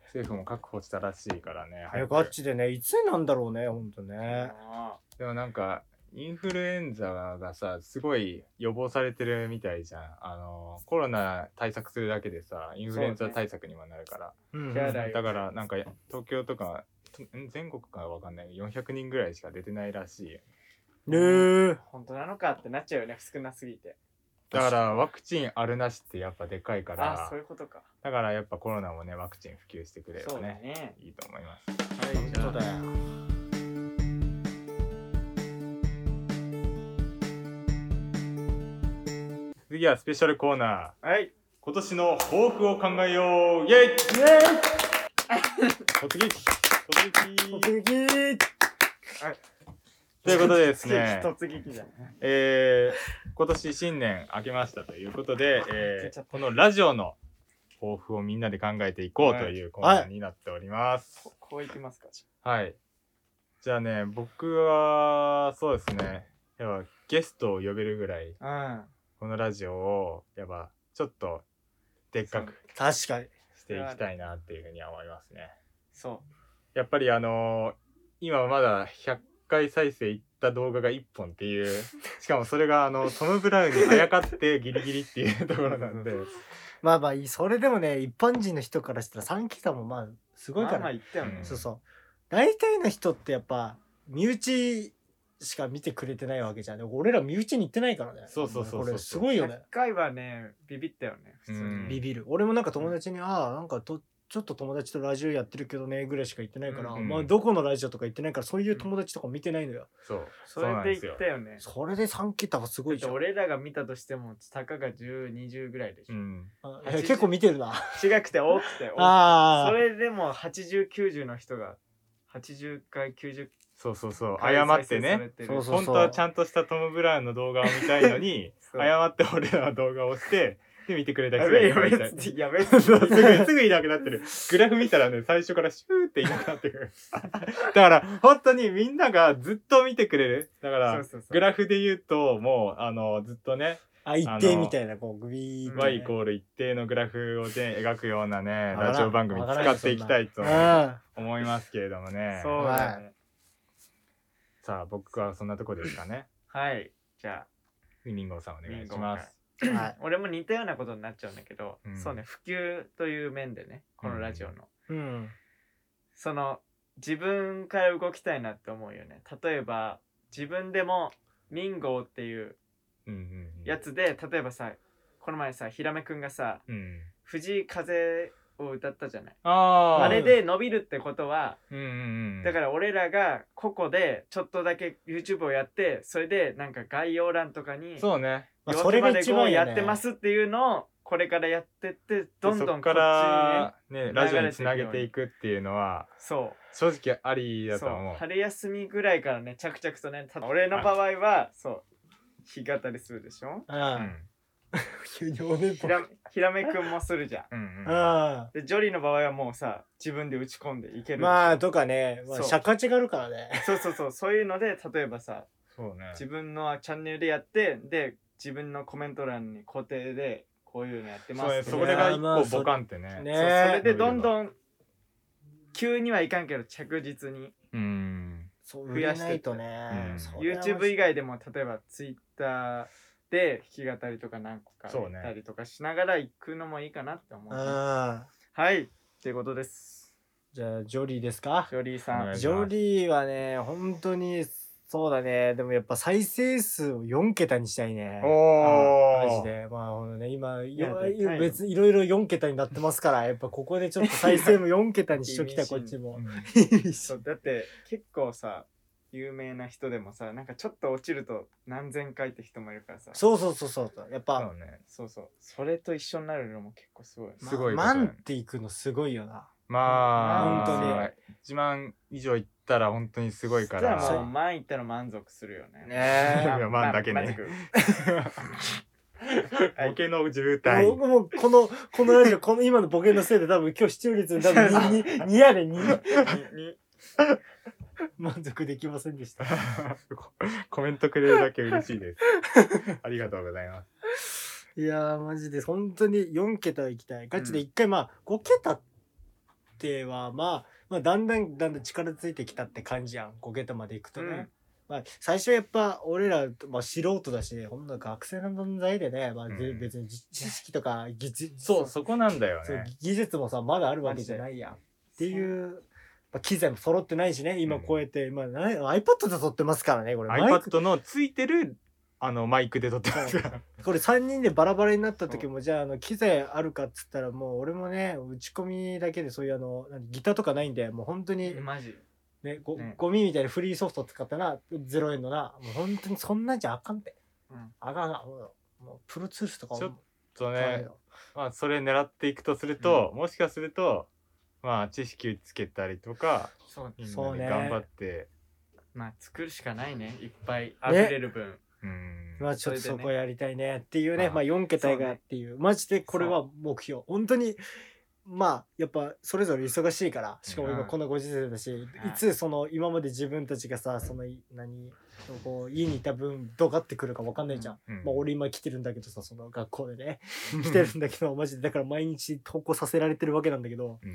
[SPEAKER 1] 政府も確保したらしいからね
[SPEAKER 2] 早くガチでね、いつになんだろうね、ほんとね。
[SPEAKER 3] あ
[SPEAKER 1] でもなんかインフルエンザがさすごい予防されてるみたいじゃんあのコロナ対策するだけでさインフルエンザ対策にもなるから
[SPEAKER 2] うん
[SPEAKER 3] 手
[SPEAKER 1] だ,、
[SPEAKER 3] 洗い
[SPEAKER 1] からなんか東京とかん全国かわかんないけど400人ぐらいしか出てないらしい
[SPEAKER 2] ねえ
[SPEAKER 3] ー。本当なのかってなっちゃうよね少なすぎて
[SPEAKER 1] だからワクチンあるなしってやっぱでかいか
[SPEAKER 3] ああ
[SPEAKER 1] ら
[SPEAKER 3] そういうことか
[SPEAKER 1] だからやっぱコロナもねワクチン普及してくれれ
[SPEAKER 3] そ
[SPEAKER 1] ば
[SPEAKER 3] うだ
[SPEAKER 1] ね
[SPEAKER 3] ね
[SPEAKER 1] いいと思います
[SPEAKER 3] はいじゃ
[SPEAKER 2] そ
[SPEAKER 3] あ
[SPEAKER 2] うだよ。
[SPEAKER 1] 次はスペシャルコーナー
[SPEAKER 3] はい
[SPEAKER 1] 今年の抱負を考えようイェイ
[SPEAKER 2] イェー
[SPEAKER 1] 突撃突撃
[SPEAKER 2] イ突撃
[SPEAKER 1] ということでです ね
[SPEAKER 3] 突撃じゃん
[SPEAKER 1] えー、今年新年明けましたということで、え
[SPEAKER 3] 出ちゃ
[SPEAKER 1] ー
[SPEAKER 3] った
[SPEAKER 1] このラジオの抱負をみんなで考えていこうというコーナーになっております
[SPEAKER 3] ここういきますか
[SPEAKER 1] はい、じゃあね僕はそうですねやっぱゲストを呼べるぐらい
[SPEAKER 3] うん
[SPEAKER 1] このラジオをやっぱちょっとでっかく
[SPEAKER 2] 確かに。
[SPEAKER 1] していきたいなっていうふうには思いますね
[SPEAKER 3] そ
[SPEAKER 1] やっぱりあのー今まだ100回再生いった動画が1本って いうしかもそれがあのトム・ブラウンにあやかってギリギリっていうところなんで
[SPEAKER 2] まあまあいい、それでもね、一般人の人からしたら3桁もまあ、す
[SPEAKER 3] う
[SPEAKER 2] ごいか
[SPEAKER 3] まあまあ
[SPEAKER 2] ら。
[SPEAKER 3] 言ったよね
[SPEAKER 1] うん
[SPEAKER 2] そうそう。大体の人ってやっぱ、身内しか見てくれてないわけじゃん。でも俺ら身内に行ってないからね。
[SPEAKER 1] そうそうそうそう
[SPEAKER 2] これすごいよ
[SPEAKER 3] 100
[SPEAKER 2] ね。
[SPEAKER 3] 回はねビビったよね普通
[SPEAKER 1] うん
[SPEAKER 3] に
[SPEAKER 2] ビビる。俺もなんか友達に、ああ、なんかとちょっと友達とラジオやってるけどねぐらいしか言ってないから、
[SPEAKER 1] うん
[SPEAKER 2] まあ、どこのラジオとか言ってないからそういう友達とかも見てないのよ、
[SPEAKER 1] そう
[SPEAKER 3] そ
[SPEAKER 1] そうなんで
[SPEAKER 3] れです言っ
[SPEAKER 1] よ
[SPEAKER 3] たよね
[SPEAKER 2] それで3桁はすごいじ
[SPEAKER 3] だ
[SPEAKER 2] ゃ
[SPEAKER 3] って
[SPEAKER 2] ん
[SPEAKER 3] 俺らが見たとしてもたかが1020ぐらいでし
[SPEAKER 1] う
[SPEAKER 3] ょ、
[SPEAKER 1] ん
[SPEAKER 2] あいや結構見てるな
[SPEAKER 3] 違くて多くて多くて
[SPEAKER 2] あ
[SPEAKER 3] そ
[SPEAKER 2] あ
[SPEAKER 3] れでも8090の人が80回90
[SPEAKER 1] そうそうそう
[SPEAKER 3] 回
[SPEAKER 1] 謝
[SPEAKER 3] 再
[SPEAKER 1] って
[SPEAKER 3] 生さ
[SPEAKER 1] ね
[SPEAKER 3] れてる
[SPEAKER 2] そうそうそう
[SPEAKER 1] 本当はちゃんとしたトム・ブラウンの動画を見たいのに
[SPEAKER 3] そう
[SPEAKER 1] 謝って俺らの動画を押してで見てくれた
[SPEAKER 3] や
[SPEAKER 1] 人が
[SPEAKER 3] べ
[SPEAKER 1] い
[SPEAKER 3] え
[SPEAKER 1] っ
[SPEAKER 3] や
[SPEAKER 1] ぱい
[SPEAKER 3] べ
[SPEAKER 1] い
[SPEAKER 3] え
[SPEAKER 1] た
[SPEAKER 3] っつってやべ えっ
[SPEAKER 1] そう
[SPEAKER 3] つ
[SPEAKER 1] す
[SPEAKER 3] っ
[SPEAKER 1] ぐ
[SPEAKER 3] て
[SPEAKER 1] すぐいなくなってるグラフ見たらね最初からシューっていなくなってくる だから本当にみんながずっと見てくれるだから
[SPEAKER 3] そうそうそう
[SPEAKER 1] グラフで言うともうあのずっとね
[SPEAKER 2] あ一定みたいなこうグビーってね
[SPEAKER 1] y イコール一定のグラフを全描くようなね
[SPEAKER 2] あら
[SPEAKER 1] ラジオ番組使っていきたいと
[SPEAKER 2] うんは
[SPEAKER 1] 思いますけれどもね
[SPEAKER 3] そうだよね
[SPEAKER 1] さあ僕はそんなとこですかね
[SPEAKER 3] はいじゃ
[SPEAKER 1] ミンゴさんお願いします
[SPEAKER 2] い
[SPEAKER 3] あ俺も似たようなことになっちゃうんだけど、
[SPEAKER 1] うん
[SPEAKER 3] そうね普及という面でねこのラジオの、
[SPEAKER 2] うん
[SPEAKER 3] その自分から動きたいなって思うよね例えば自分でもミンゴーっていう
[SPEAKER 1] うんうんうん
[SPEAKER 3] やつで例えばさこの前さひらめくんがさ
[SPEAKER 1] うん
[SPEAKER 3] 「藤井風」を歌ったじゃない
[SPEAKER 1] あ
[SPEAKER 3] あ
[SPEAKER 1] ー
[SPEAKER 3] れで伸びるってことは
[SPEAKER 1] うんうんうん
[SPEAKER 3] だから俺らが個々でちょっとだけ YouTube をやってそれでなんか概要欄とかに
[SPEAKER 1] そうね
[SPEAKER 2] まあ
[SPEAKER 3] 夜
[SPEAKER 2] それ
[SPEAKER 3] ま
[SPEAKER 2] が
[SPEAKER 3] で
[SPEAKER 2] 一
[SPEAKER 3] こう
[SPEAKER 2] 番
[SPEAKER 3] や
[SPEAKER 2] や
[SPEAKER 3] ってますっていうのをこれからやってって
[SPEAKER 1] で
[SPEAKER 3] どんどん
[SPEAKER 1] そっか
[SPEAKER 3] こっ
[SPEAKER 1] らね
[SPEAKER 3] ね
[SPEAKER 1] ラジオにつなげていくっていうのは
[SPEAKER 3] ちにね
[SPEAKER 1] 正直あり
[SPEAKER 3] そ
[SPEAKER 1] だ
[SPEAKER 3] う
[SPEAKER 1] と
[SPEAKER 3] そう
[SPEAKER 1] 思う
[SPEAKER 3] 春休みぐらいからね着々とねた俺の場合はそう弾き語りするでしょ
[SPEAKER 2] う
[SPEAKER 1] うんん
[SPEAKER 2] 急におね
[SPEAKER 3] ひ
[SPEAKER 2] ぽ
[SPEAKER 3] らひらめくんもするじゃん
[SPEAKER 1] うんうん
[SPEAKER 2] う
[SPEAKER 3] でジョリーの場合はもうさ自分で打ち込んでいける
[SPEAKER 2] んまあとかね、まあ、
[SPEAKER 3] そう
[SPEAKER 2] 釈迦違うからね
[SPEAKER 3] そうそうそうそういうので例えばさ
[SPEAKER 1] そうね
[SPEAKER 3] 自分のチャンネルでやってで自分のコメント欄に固定でこういうのやってま
[SPEAKER 1] そう
[SPEAKER 3] す
[SPEAKER 1] ね
[SPEAKER 3] って
[SPEAKER 1] そ
[SPEAKER 2] こ
[SPEAKER 1] れが一
[SPEAKER 2] まあそ
[SPEAKER 1] 個
[SPEAKER 2] れ
[SPEAKER 1] ボカンってね
[SPEAKER 2] ね
[SPEAKER 3] そうそれでどん
[SPEAKER 1] 伸
[SPEAKER 3] どん急にはいかんけど着実に
[SPEAKER 1] うん
[SPEAKER 2] そう
[SPEAKER 3] 増
[SPEAKER 2] 増
[SPEAKER 3] や
[SPEAKER 2] や
[SPEAKER 3] し
[SPEAKER 2] して
[SPEAKER 3] って
[SPEAKER 2] いとね、
[SPEAKER 1] うん
[SPEAKER 2] それは
[SPEAKER 3] YouTube 以外でも例えば Twitter で弾き語りとか何個か
[SPEAKER 1] そうね
[SPEAKER 3] やったりとかしながら行くのもいいかなって思う
[SPEAKER 2] う
[SPEAKER 3] ね、
[SPEAKER 2] ん
[SPEAKER 3] はいっていうことです
[SPEAKER 2] じゃあジョリーですか
[SPEAKER 3] ジョリーさ
[SPEAKER 1] お願い
[SPEAKER 3] ん
[SPEAKER 1] し
[SPEAKER 2] ジョリーはね本当にそうだねでもやっぱ再生数を4桁にしたいね
[SPEAKER 1] おー
[SPEAKER 2] マジでまあほんとね今よ
[SPEAKER 3] でかいよ
[SPEAKER 2] 別にいろいろ4桁になってますからやっぱここでちょっと再生も4桁にしときたい
[SPEAKER 3] 厳しい
[SPEAKER 2] こ
[SPEAKER 3] ね
[SPEAKER 2] っちも
[SPEAKER 1] うん
[SPEAKER 3] そうだって結構さ有名な人でもさなんかちょっと落ちると何千回って人もいるからさ
[SPEAKER 2] そうそうそうそうやっぱ
[SPEAKER 1] そうね
[SPEAKER 3] そうそうそれと一緒になるのも結構すごい
[SPEAKER 2] ます
[SPEAKER 1] ごいことだ
[SPEAKER 2] 万
[SPEAKER 1] よね
[SPEAKER 2] っていくのすごいよな
[SPEAKER 1] まあ
[SPEAKER 2] 本
[SPEAKER 1] 1万以上いったら本当にすごいか
[SPEAKER 3] じゃあも
[SPEAKER 1] ら
[SPEAKER 3] う前行ったら満足するよね
[SPEAKER 2] ね
[SPEAKER 1] いや万だけね
[SPEAKER 3] 満足
[SPEAKER 1] ボケの渋
[SPEAKER 2] え
[SPEAKER 1] 滞
[SPEAKER 2] 僕もこのこのラジオこの今のボケのせいで多分今日視聴率多分 2, 2やで2
[SPEAKER 3] にに
[SPEAKER 2] 満足できませんでした
[SPEAKER 1] コメントくれるだけ嬉しい ですありがとうございます
[SPEAKER 2] いやーマジで本当に4桁はいきたいガチで
[SPEAKER 3] うん
[SPEAKER 2] 1回まあ5桁ってはまあ、まあ、だんだんだんだん力ついてきたって感じやん5桁までいくとね、
[SPEAKER 3] うん
[SPEAKER 2] まあ、最初やっぱ俺ら、まあ、素人だしねほんな学生の存在でね、まあ、ぜ
[SPEAKER 1] うん
[SPEAKER 2] 別に知知識とか技術
[SPEAKER 1] そうそこなんだよ
[SPEAKER 2] そう
[SPEAKER 1] ね
[SPEAKER 2] 技術もさまだあるわけじゃないやんっていう、まあ、機材も揃ってないしね今こうやって、まあ、な iPad で撮ってますからねこれマイク
[SPEAKER 1] iPad のついてるあのマイクで撮ってますから
[SPEAKER 2] これ3人でバラバラになった時もじゃああの機材あるかっつったらもう俺もね打ち込みだけでそういうあの何ギターとかないんでもう本当に、
[SPEAKER 3] マジ
[SPEAKER 2] ねご
[SPEAKER 3] ね
[SPEAKER 2] ゴミみたいなフリーソフト使ったな0円のなもう本当にそんなんじゃあかんて、
[SPEAKER 3] うん
[SPEAKER 2] あかんあかんもうもうプロツールスとか
[SPEAKER 1] ちょっそう
[SPEAKER 2] 買わない
[SPEAKER 1] ね
[SPEAKER 2] の
[SPEAKER 1] まあそれ狙っていくとするともしかするとまあ知識つけたりとか
[SPEAKER 3] そう
[SPEAKER 1] みん
[SPEAKER 2] そ
[SPEAKER 1] な
[SPEAKER 2] う
[SPEAKER 1] で
[SPEAKER 2] ね
[SPEAKER 1] 頑張って
[SPEAKER 3] まあ作るしかないねいっぱい溢れる分、
[SPEAKER 1] うん
[SPEAKER 2] まあちょっと
[SPEAKER 3] そ
[SPEAKER 2] そ
[SPEAKER 3] れでね
[SPEAKER 2] こやりたいねっていうね、
[SPEAKER 1] まあ
[SPEAKER 2] まあ4桁がっていう、マジでこれは目標。本当に、まあやっぱそれぞれ忙しいから、しかも
[SPEAKER 3] う
[SPEAKER 2] 今
[SPEAKER 3] ん
[SPEAKER 2] このご時世だし、いつその今まで自分たちがさ、その何、こう家にいた分どかってくるか分かんないじゃん。
[SPEAKER 1] うん
[SPEAKER 2] まあ俺今来てるんだけどさ、その学校でね、来てるんだけど、マジでだから毎日投稿させられてるわけなんだけど、
[SPEAKER 1] うん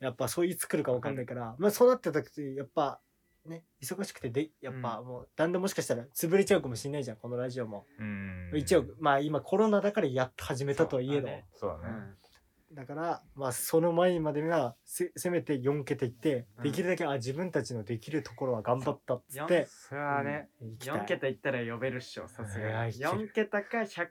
[SPEAKER 2] やっぱそういつ来るか分かんないから、まあそうなった時、やっぱ、ね、忙しくてでやっぱもうだんだんもしかしたら潰れちゃうかもしれないじゃんこのラジオも
[SPEAKER 1] うん
[SPEAKER 2] 一応まあ今コロナだからやっと始めたとはいえ
[SPEAKER 3] そう
[SPEAKER 2] ど
[SPEAKER 3] だね
[SPEAKER 1] そう
[SPEAKER 3] う
[SPEAKER 1] だね
[SPEAKER 3] ん
[SPEAKER 2] だからまあその前までにはせせめて4桁いって
[SPEAKER 3] うん
[SPEAKER 2] できるだけ、あ自分たちのできるところは頑張ったっつっ
[SPEAKER 3] そう
[SPEAKER 2] て
[SPEAKER 1] それはね、
[SPEAKER 2] いきたい
[SPEAKER 3] 4桁いったら呼べるっしょさす
[SPEAKER 2] い
[SPEAKER 3] が
[SPEAKER 2] や
[SPEAKER 3] に
[SPEAKER 2] いける
[SPEAKER 3] 4桁か 100,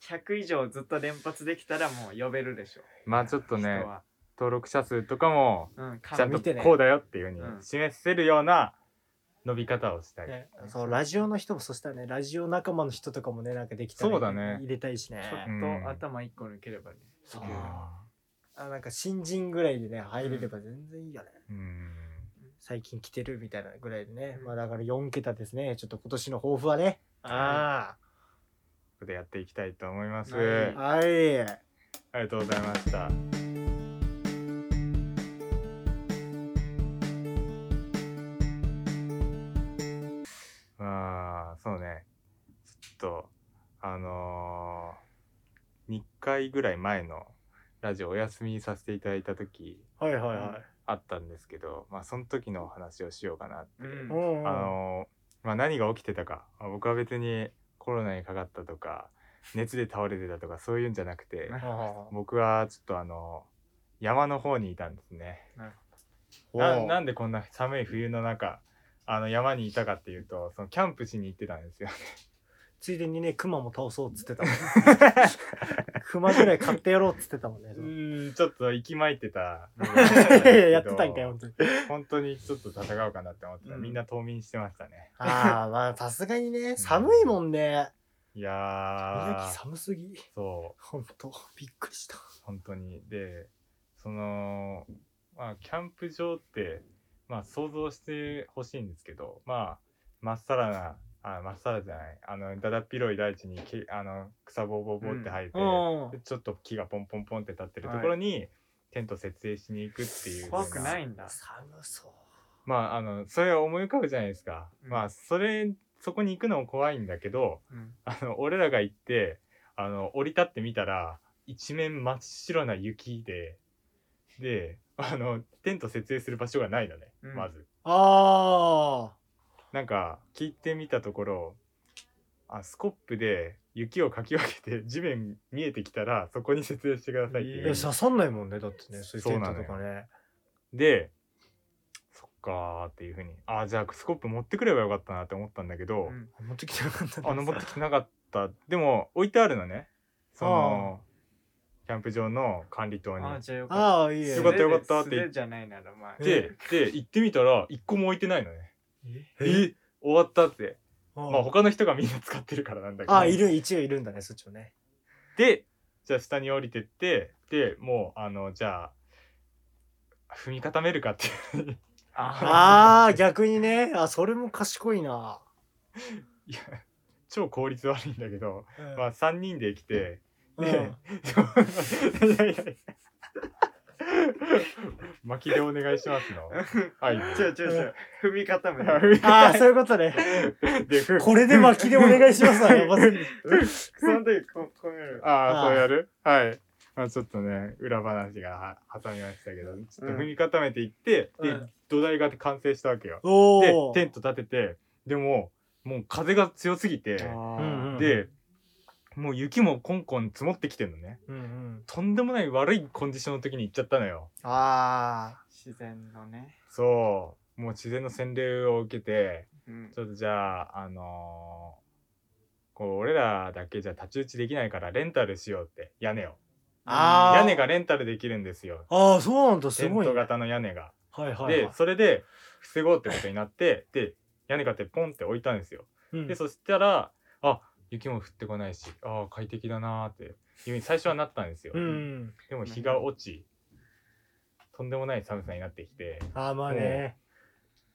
[SPEAKER 3] 100以上ずっと連発できたらもう呼べるでしょ
[SPEAKER 1] まあちょっとね
[SPEAKER 3] 人は
[SPEAKER 1] 登録者数とかも
[SPEAKER 3] うん、
[SPEAKER 1] ちゃん
[SPEAKER 2] 見
[SPEAKER 1] と
[SPEAKER 2] てね
[SPEAKER 1] こうだよっていうふ
[SPEAKER 3] う
[SPEAKER 1] うんに示せるような伸び方をしたい、
[SPEAKER 2] ね、そうラジオの人もそしたらねラジオ仲間の人とかもねなんかできたら
[SPEAKER 1] そうだね
[SPEAKER 2] 入れたいしね
[SPEAKER 3] ちょ
[SPEAKER 1] うん
[SPEAKER 3] っと頭一個抜ければね。
[SPEAKER 2] そう
[SPEAKER 1] あ
[SPEAKER 2] あなんか新人ぐらいでね入れれば全然いいよね、
[SPEAKER 1] ーうん
[SPEAKER 2] 最近来てるみたいなぐらいでね、まあだから4桁ですねちょっと今年の抱負はねあ
[SPEAKER 1] ここでやっていきたいと思います、
[SPEAKER 3] はい
[SPEAKER 2] あはい
[SPEAKER 1] ありがとうございましたまあそうねちょっとあのー、2回ぐらい前のラジオお休みさせていただいた時
[SPEAKER 2] はいは
[SPEAKER 1] あったんですけど、まあ、その時のお話をしようかなって、
[SPEAKER 3] うん
[SPEAKER 2] いうんうん
[SPEAKER 1] あのーまあ、何が起きてたか、まあ僕は別にコロナにかかったとか熱で倒れてたとかそういうんじゃなくて
[SPEAKER 2] あ
[SPEAKER 1] 僕はちょっとあの山の方にいたんですね
[SPEAKER 2] ー
[SPEAKER 1] な
[SPEAKER 2] おう
[SPEAKER 1] なんでこんな寒い冬の中あの山にいたかっていうとそのキャンプしに行ってたんですよ
[SPEAKER 2] ついでにねクマも倒そうっつってたもんクマぐらい買ってやろうっつってたもんね
[SPEAKER 1] うーんちょっと息巻いてた
[SPEAKER 2] やってたんかよ本当に
[SPEAKER 1] 本当にちょっと戦おうかなって思ってた、
[SPEAKER 3] うん
[SPEAKER 1] みんな冬眠してましたね
[SPEAKER 2] ああまあさすがにね寒いもんね
[SPEAKER 1] い
[SPEAKER 2] 宮
[SPEAKER 1] や
[SPEAKER 2] 城
[SPEAKER 1] ー
[SPEAKER 2] 寒すぎ
[SPEAKER 1] そう
[SPEAKER 2] 本当びっくりした
[SPEAKER 1] 本当にでそのまあキャンプ場ってまあ想像してほしいんですけどまあまっさらなあまっさらじゃないあのだだっ広い大地にけあの草ぼうぼうぼうって生えて、でちょっと木がポンポンポンって立ってるところに、テント設営しに行くっていう
[SPEAKER 3] 怖
[SPEAKER 1] 風
[SPEAKER 3] く
[SPEAKER 1] な
[SPEAKER 3] ないんだ。
[SPEAKER 2] 寒そう
[SPEAKER 1] まああのそれを思い浮かぶじゃないですか、
[SPEAKER 3] うん
[SPEAKER 1] まあそれそこに行くのも怖いんだけど
[SPEAKER 3] うん
[SPEAKER 1] あの俺らが行ってあの降り立ってみたら一面真っ白な雪でであのテント設営する場所がないのね、
[SPEAKER 3] うん
[SPEAKER 1] まず
[SPEAKER 2] あ
[SPEAKER 1] なんか聞いてみたところあスコップで雪をかき分けて地面見えてきたらそこに設営してくださいって
[SPEAKER 2] あ
[SPEAKER 1] い、
[SPEAKER 2] いうや刺さんないもんねだってねそういうテントと
[SPEAKER 1] そ
[SPEAKER 2] か
[SPEAKER 1] う
[SPEAKER 2] ね
[SPEAKER 1] でそっかーっていうふうにあじゃあスコップ持ってくればよかったなって思ったんだけど、
[SPEAKER 3] うん
[SPEAKER 2] 持ってきてなかったんだ
[SPEAKER 1] あ登ってきてなかったでも置いてあるのねそのキャンプ場の管理棟に
[SPEAKER 3] あ、じゃあよかっ
[SPEAKER 2] ああいい
[SPEAKER 3] た。
[SPEAKER 2] え
[SPEAKER 1] よかったよかったって
[SPEAKER 3] 素手で素手じゃないならまあ。
[SPEAKER 1] で、で、行ってみたら、一個も置いてないのね。
[SPEAKER 2] え
[SPEAKER 1] え終わったって。
[SPEAKER 2] うん
[SPEAKER 1] まあ、他の人がみんな使ってるからなんだけど。
[SPEAKER 2] あいる一応いるんだねそっち もね
[SPEAKER 1] で、じゃあ下に降りてって、で、もう、あの、じゃあ、踏み固めるかっていう。
[SPEAKER 3] あ
[SPEAKER 2] ああ逆にねあそれも賢いな、
[SPEAKER 1] いや、超効率悪いんだけど、まあ、3人で来て、
[SPEAKER 2] うん
[SPEAKER 1] ねいやいやいや巻きでお願いしますの。はい。
[SPEAKER 3] あ。ちょちょちょ。踏み固めて。
[SPEAKER 2] あ
[SPEAKER 1] あ
[SPEAKER 2] あそういうことね
[SPEAKER 1] で、ふ
[SPEAKER 2] これで巻きでお願いしますわや ばすぎる
[SPEAKER 3] その時こうこうやる。
[SPEAKER 1] あ
[SPEAKER 2] あ
[SPEAKER 1] あ、
[SPEAKER 2] ー
[SPEAKER 1] そうやるはい。まあちょっとね、裏話がは挟みましたけど、ちょっと踏み固めていって、
[SPEAKER 2] う
[SPEAKER 1] で
[SPEAKER 2] ん、
[SPEAKER 1] 土台が完成したわけよ。で
[SPEAKER 2] お、お
[SPEAKER 1] テント立てて、でも、もう風が強すぎて、
[SPEAKER 2] うんうん
[SPEAKER 1] で、もう雪もコンコン積もってきてんのね。
[SPEAKER 2] うんうん
[SPEAKER 1] とんでもない悪いコンディションの時に行っちゃったのよ。
[SPEAKER 2] あ
[SPEAKER 3] 自然のね。
[SPEAKER 1] そう。もう自然の洗礼を受けて、
[SPEAKER 3] うん
[SPEAKER 1] ちょっとじゃあ、あのーこう、俺らだけじゃ太刀打ちできないからレンタルしようって、屋根を。
[SPEAKER 2] あー
[SPEAKER 1] 屋根がレンタルできるんですよ。
[SPEAKER 2] あああそうなんだす
[SPEAKER 1] テン
[SPEAKER 2] ごい、
[SPEAKER 1] ト
[SPEAKER 2] ね、
[SPEAKER 1] 型の屋根が。
[SPEAKER 2] はいはい、はい
[SPEAKER 1] で、それで防ごうってことになって、で、屋根買ってポンって置いたんですよ。
[SPEAKER 2] うん
[SPEAKER 1] で、そしたら、あ、雪も降ってこないし、ああ、快適だなーっていうふうに最初はなったんですよ。
[SPEAKER 2] うんうん
[SPEAKER 1] でも日が落ち、とんでもない寒さになってきて、
[SPEAKER 2] ああまあね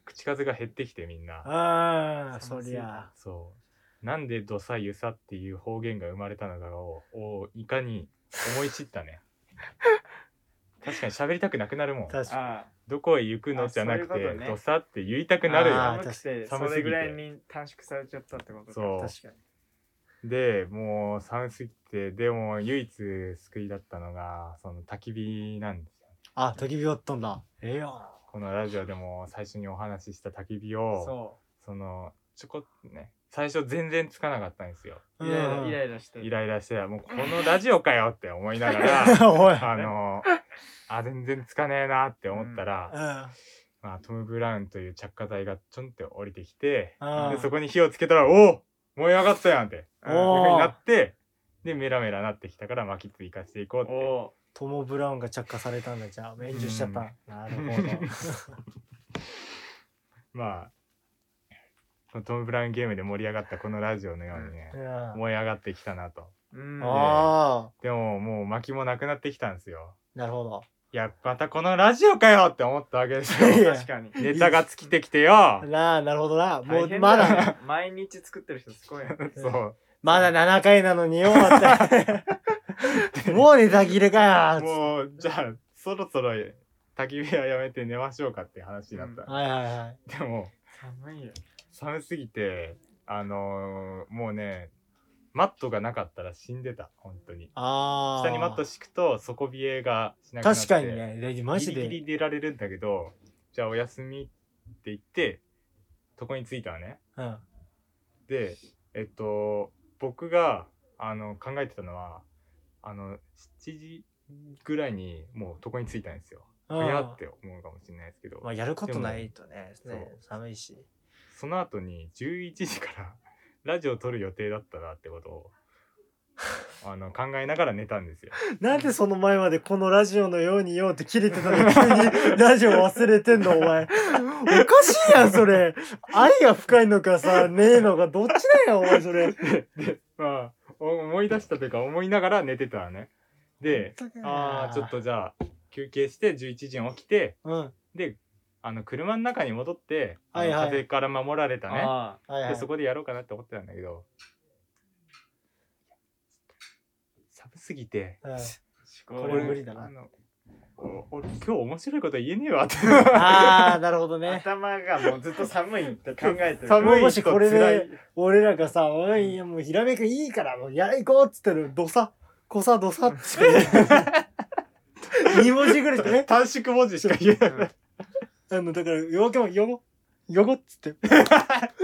[SPEAKER 1] 口数が減ってきてみんな。
[SPEAKER 2] ああそりゃ
[SPEAKER 1] そう。なんでどさゆさっていう方言が生まれたのかを、をいかに思い知った ね。確かに喋りたくなくなるもん。
[SPEAKER 2] 確か
[SPEAKER 3] あ
[SPEAKER 1] どこへ行くの
[SPEAKER 3] あ
[SPEAKER 1] じゃなく
[SPEAKER 3] そういう
[SPEAKER 1] て、
[SPEAKER 3] ことね
[SPEAKER 1] どさって言いたくなる
[SPEAKER 3] あ。
[SPEAKER 1] よ。
[SPEAKER 2] あー
[SPEAKER 3] 寒くて、そ
[SPEAKER 1] 寒すぎて
[SPEAKER 3] れぐらいに短縮されちゃったってことか。
[SPEAKER 1] そう
[SPEAKER 2] に確かに
[SPEAKER 1] でもう寒すぎてでも唯一救いだったのがその焚き火なんですよ
[SPEAKER 2] あ焚き火やったんだええやん
[SPEAKER 1] このラジオでも最初にお話しした焚き火を
[SPEAKER 3] そ
[SPEAKER 1] そのちょこっとね最初全然つかなかったんですよ
[SPEAKER 3] う。イライ
[SPEAKER 2] う
[SPEAKER 3] ラ
[SPEAKER 2] ん
[SPEAKER 3] イライラしてる。
[SPEAKER 1] イライラしてもうこのラジオかよって思いなが ら
[SPEAKER 2] おい
[SPEAKER 1] あのあ全然つかねえなって思ったら、まあ、トム・ブラウンという着火剤がちょんって降りてきて
[SPEAKER 2] うん
[SPEAKER 1] でそこに火をつけたら「おお燃え上がったやん」っていう
[SPEAKER 3] う
[SPEAKER 1] ふ
[SPEAKER 2] お
[SPEAKER 3] ん
[SPEAKER 1] うになってでメラメラなってきたから巻き追加していこうって
[SPEAKER 3] お
[SPEAKER 2] トモ・ブラウンが着火されたんだじゃあ炎上しちゃった、
[SPEAKER 1] うん
[SPEAKER 2] なるほど
[SPEAKER 1] まあトム・ブラウンゲームで盛り上がったこのラジオのようにね、
[SPEAKER 2] うん
[SPEAKER 1] 燃え上がってきたなと
[SPEAKER 3] うん。
[SPEAKER 2] ああ
[SPEAKER 1] でももう薪もなくなってきたんですよ
[SPEAKER 2] なるほど
[SPEAKER 1] いやまたこのラジオかよって思ったわけですよ
[SPEAKER 2] いや
[SPEAKER 3] 確かに。
[SPEAKER 1] ネタが尽きてきてよ
[SPEAKER 2] なあなるほどなも
[SPEAKER 3] 大
[SPEAKER 2] う
[SPEAKER 3] 変
[SPEAKER 2] ま
[SPEAKER 3] だ
[SPEAKER 2] だ
[SPEAKER 3] ね。毎日作ってる人すごいね。
[SPEAKER 1] そう
[SPEAKER 2] まだ7回なのによ またもうネタ切れかよ
[SPEAKER 1] もうじゃあそろそろ焚き火はやめて寝ましょうかっていう話になった、
[SPEAKER 2] はいはいはい
[SPEAKER 1] でも
[SPEAKER 3] 寒いよ。
[SPEAKER 1] 寒すぎてあのーもうねマットがなかったら死んでた本当に
[SPEAKER 2] ああ
[SPEAKER 1] 下にマット敷くと底冷えがしなくなって
[SPEAKER 2] 確かにねでマジ
[SPEAKER 1] ギ
[SPEAKER 2] で
[SPEAKER 1] リギリ出られるんだけどじゃあお休みって言って床に着いたのね
[SPEAKER 2] うん
[SPEAKER 1] でえっと僕があの考えてたのはあの7時ぐらいにもう床に着いたんですよ
[SPEAKER 2] うん
[SPEAKER 1] 早って思うかもしれないですけど、
[SPEAKER 2] まあやることないとね
[SPEAKER 1] でも
[SPEAKER 2] ね寒いし
[SPEAKER 1] その後に11時から ラジオ撮る予定だったなってことをあの考えながら寝たんですよ。
[SPEAKER 2] なんでその前までこのラジオのようにようって切れてたの に急にラジオ忘れてんのお前。おかしいやんそれ。愛が深いのかさ、ねえのかどっちだよお前それ。
[SPEAKER 1] まあお思い出したというか思いながら寝てたらね。でああちょっ。とじゃあ休憩して11時に起きて
[SPEAKER 2] うん。は
[SPEAKER 1] であの車の中に戻って、あの
[SPEAKER 2] はいはい
[SPEAKER 1] 風から守られたね
[SPEAKER 3] あ
[SPEAKER 2] いはい
[SPEAKER 1] でそこでやろうかなって思ってたんだけど寒すぎて
[SPEAKER 2] うん
[SPEAKER 3] あ。
[SPEAKER 2] これ無理だな
[SPEAKER 1] あのお俺今日面白いこと言えね えわって
[SPEAKER 2] ああ、なるほど ね。
[SPEAKER 3] 頭がもうずっと寒いって考えてる。
[SPEAKER 1] 寒い
[SPEAKER 2] もし
[SPEAKER 1] と
[SPEAKER 2] これ
[SPEAKER 1] 辛
[SPEAKER 2] で
[SPEAKER 1] い
[SPEAKER 2] 俺らがさ、おい、いやもうひらめくいいから、もうやれ行こうっつってる、どさ、こさどさって しか言えない。2文字ぐらいしかね。
[SPEAKER 1] 短縮文字しか言えない
[SPEAKER 2] あの、だから、夜明けも、よご、よごっつって。で、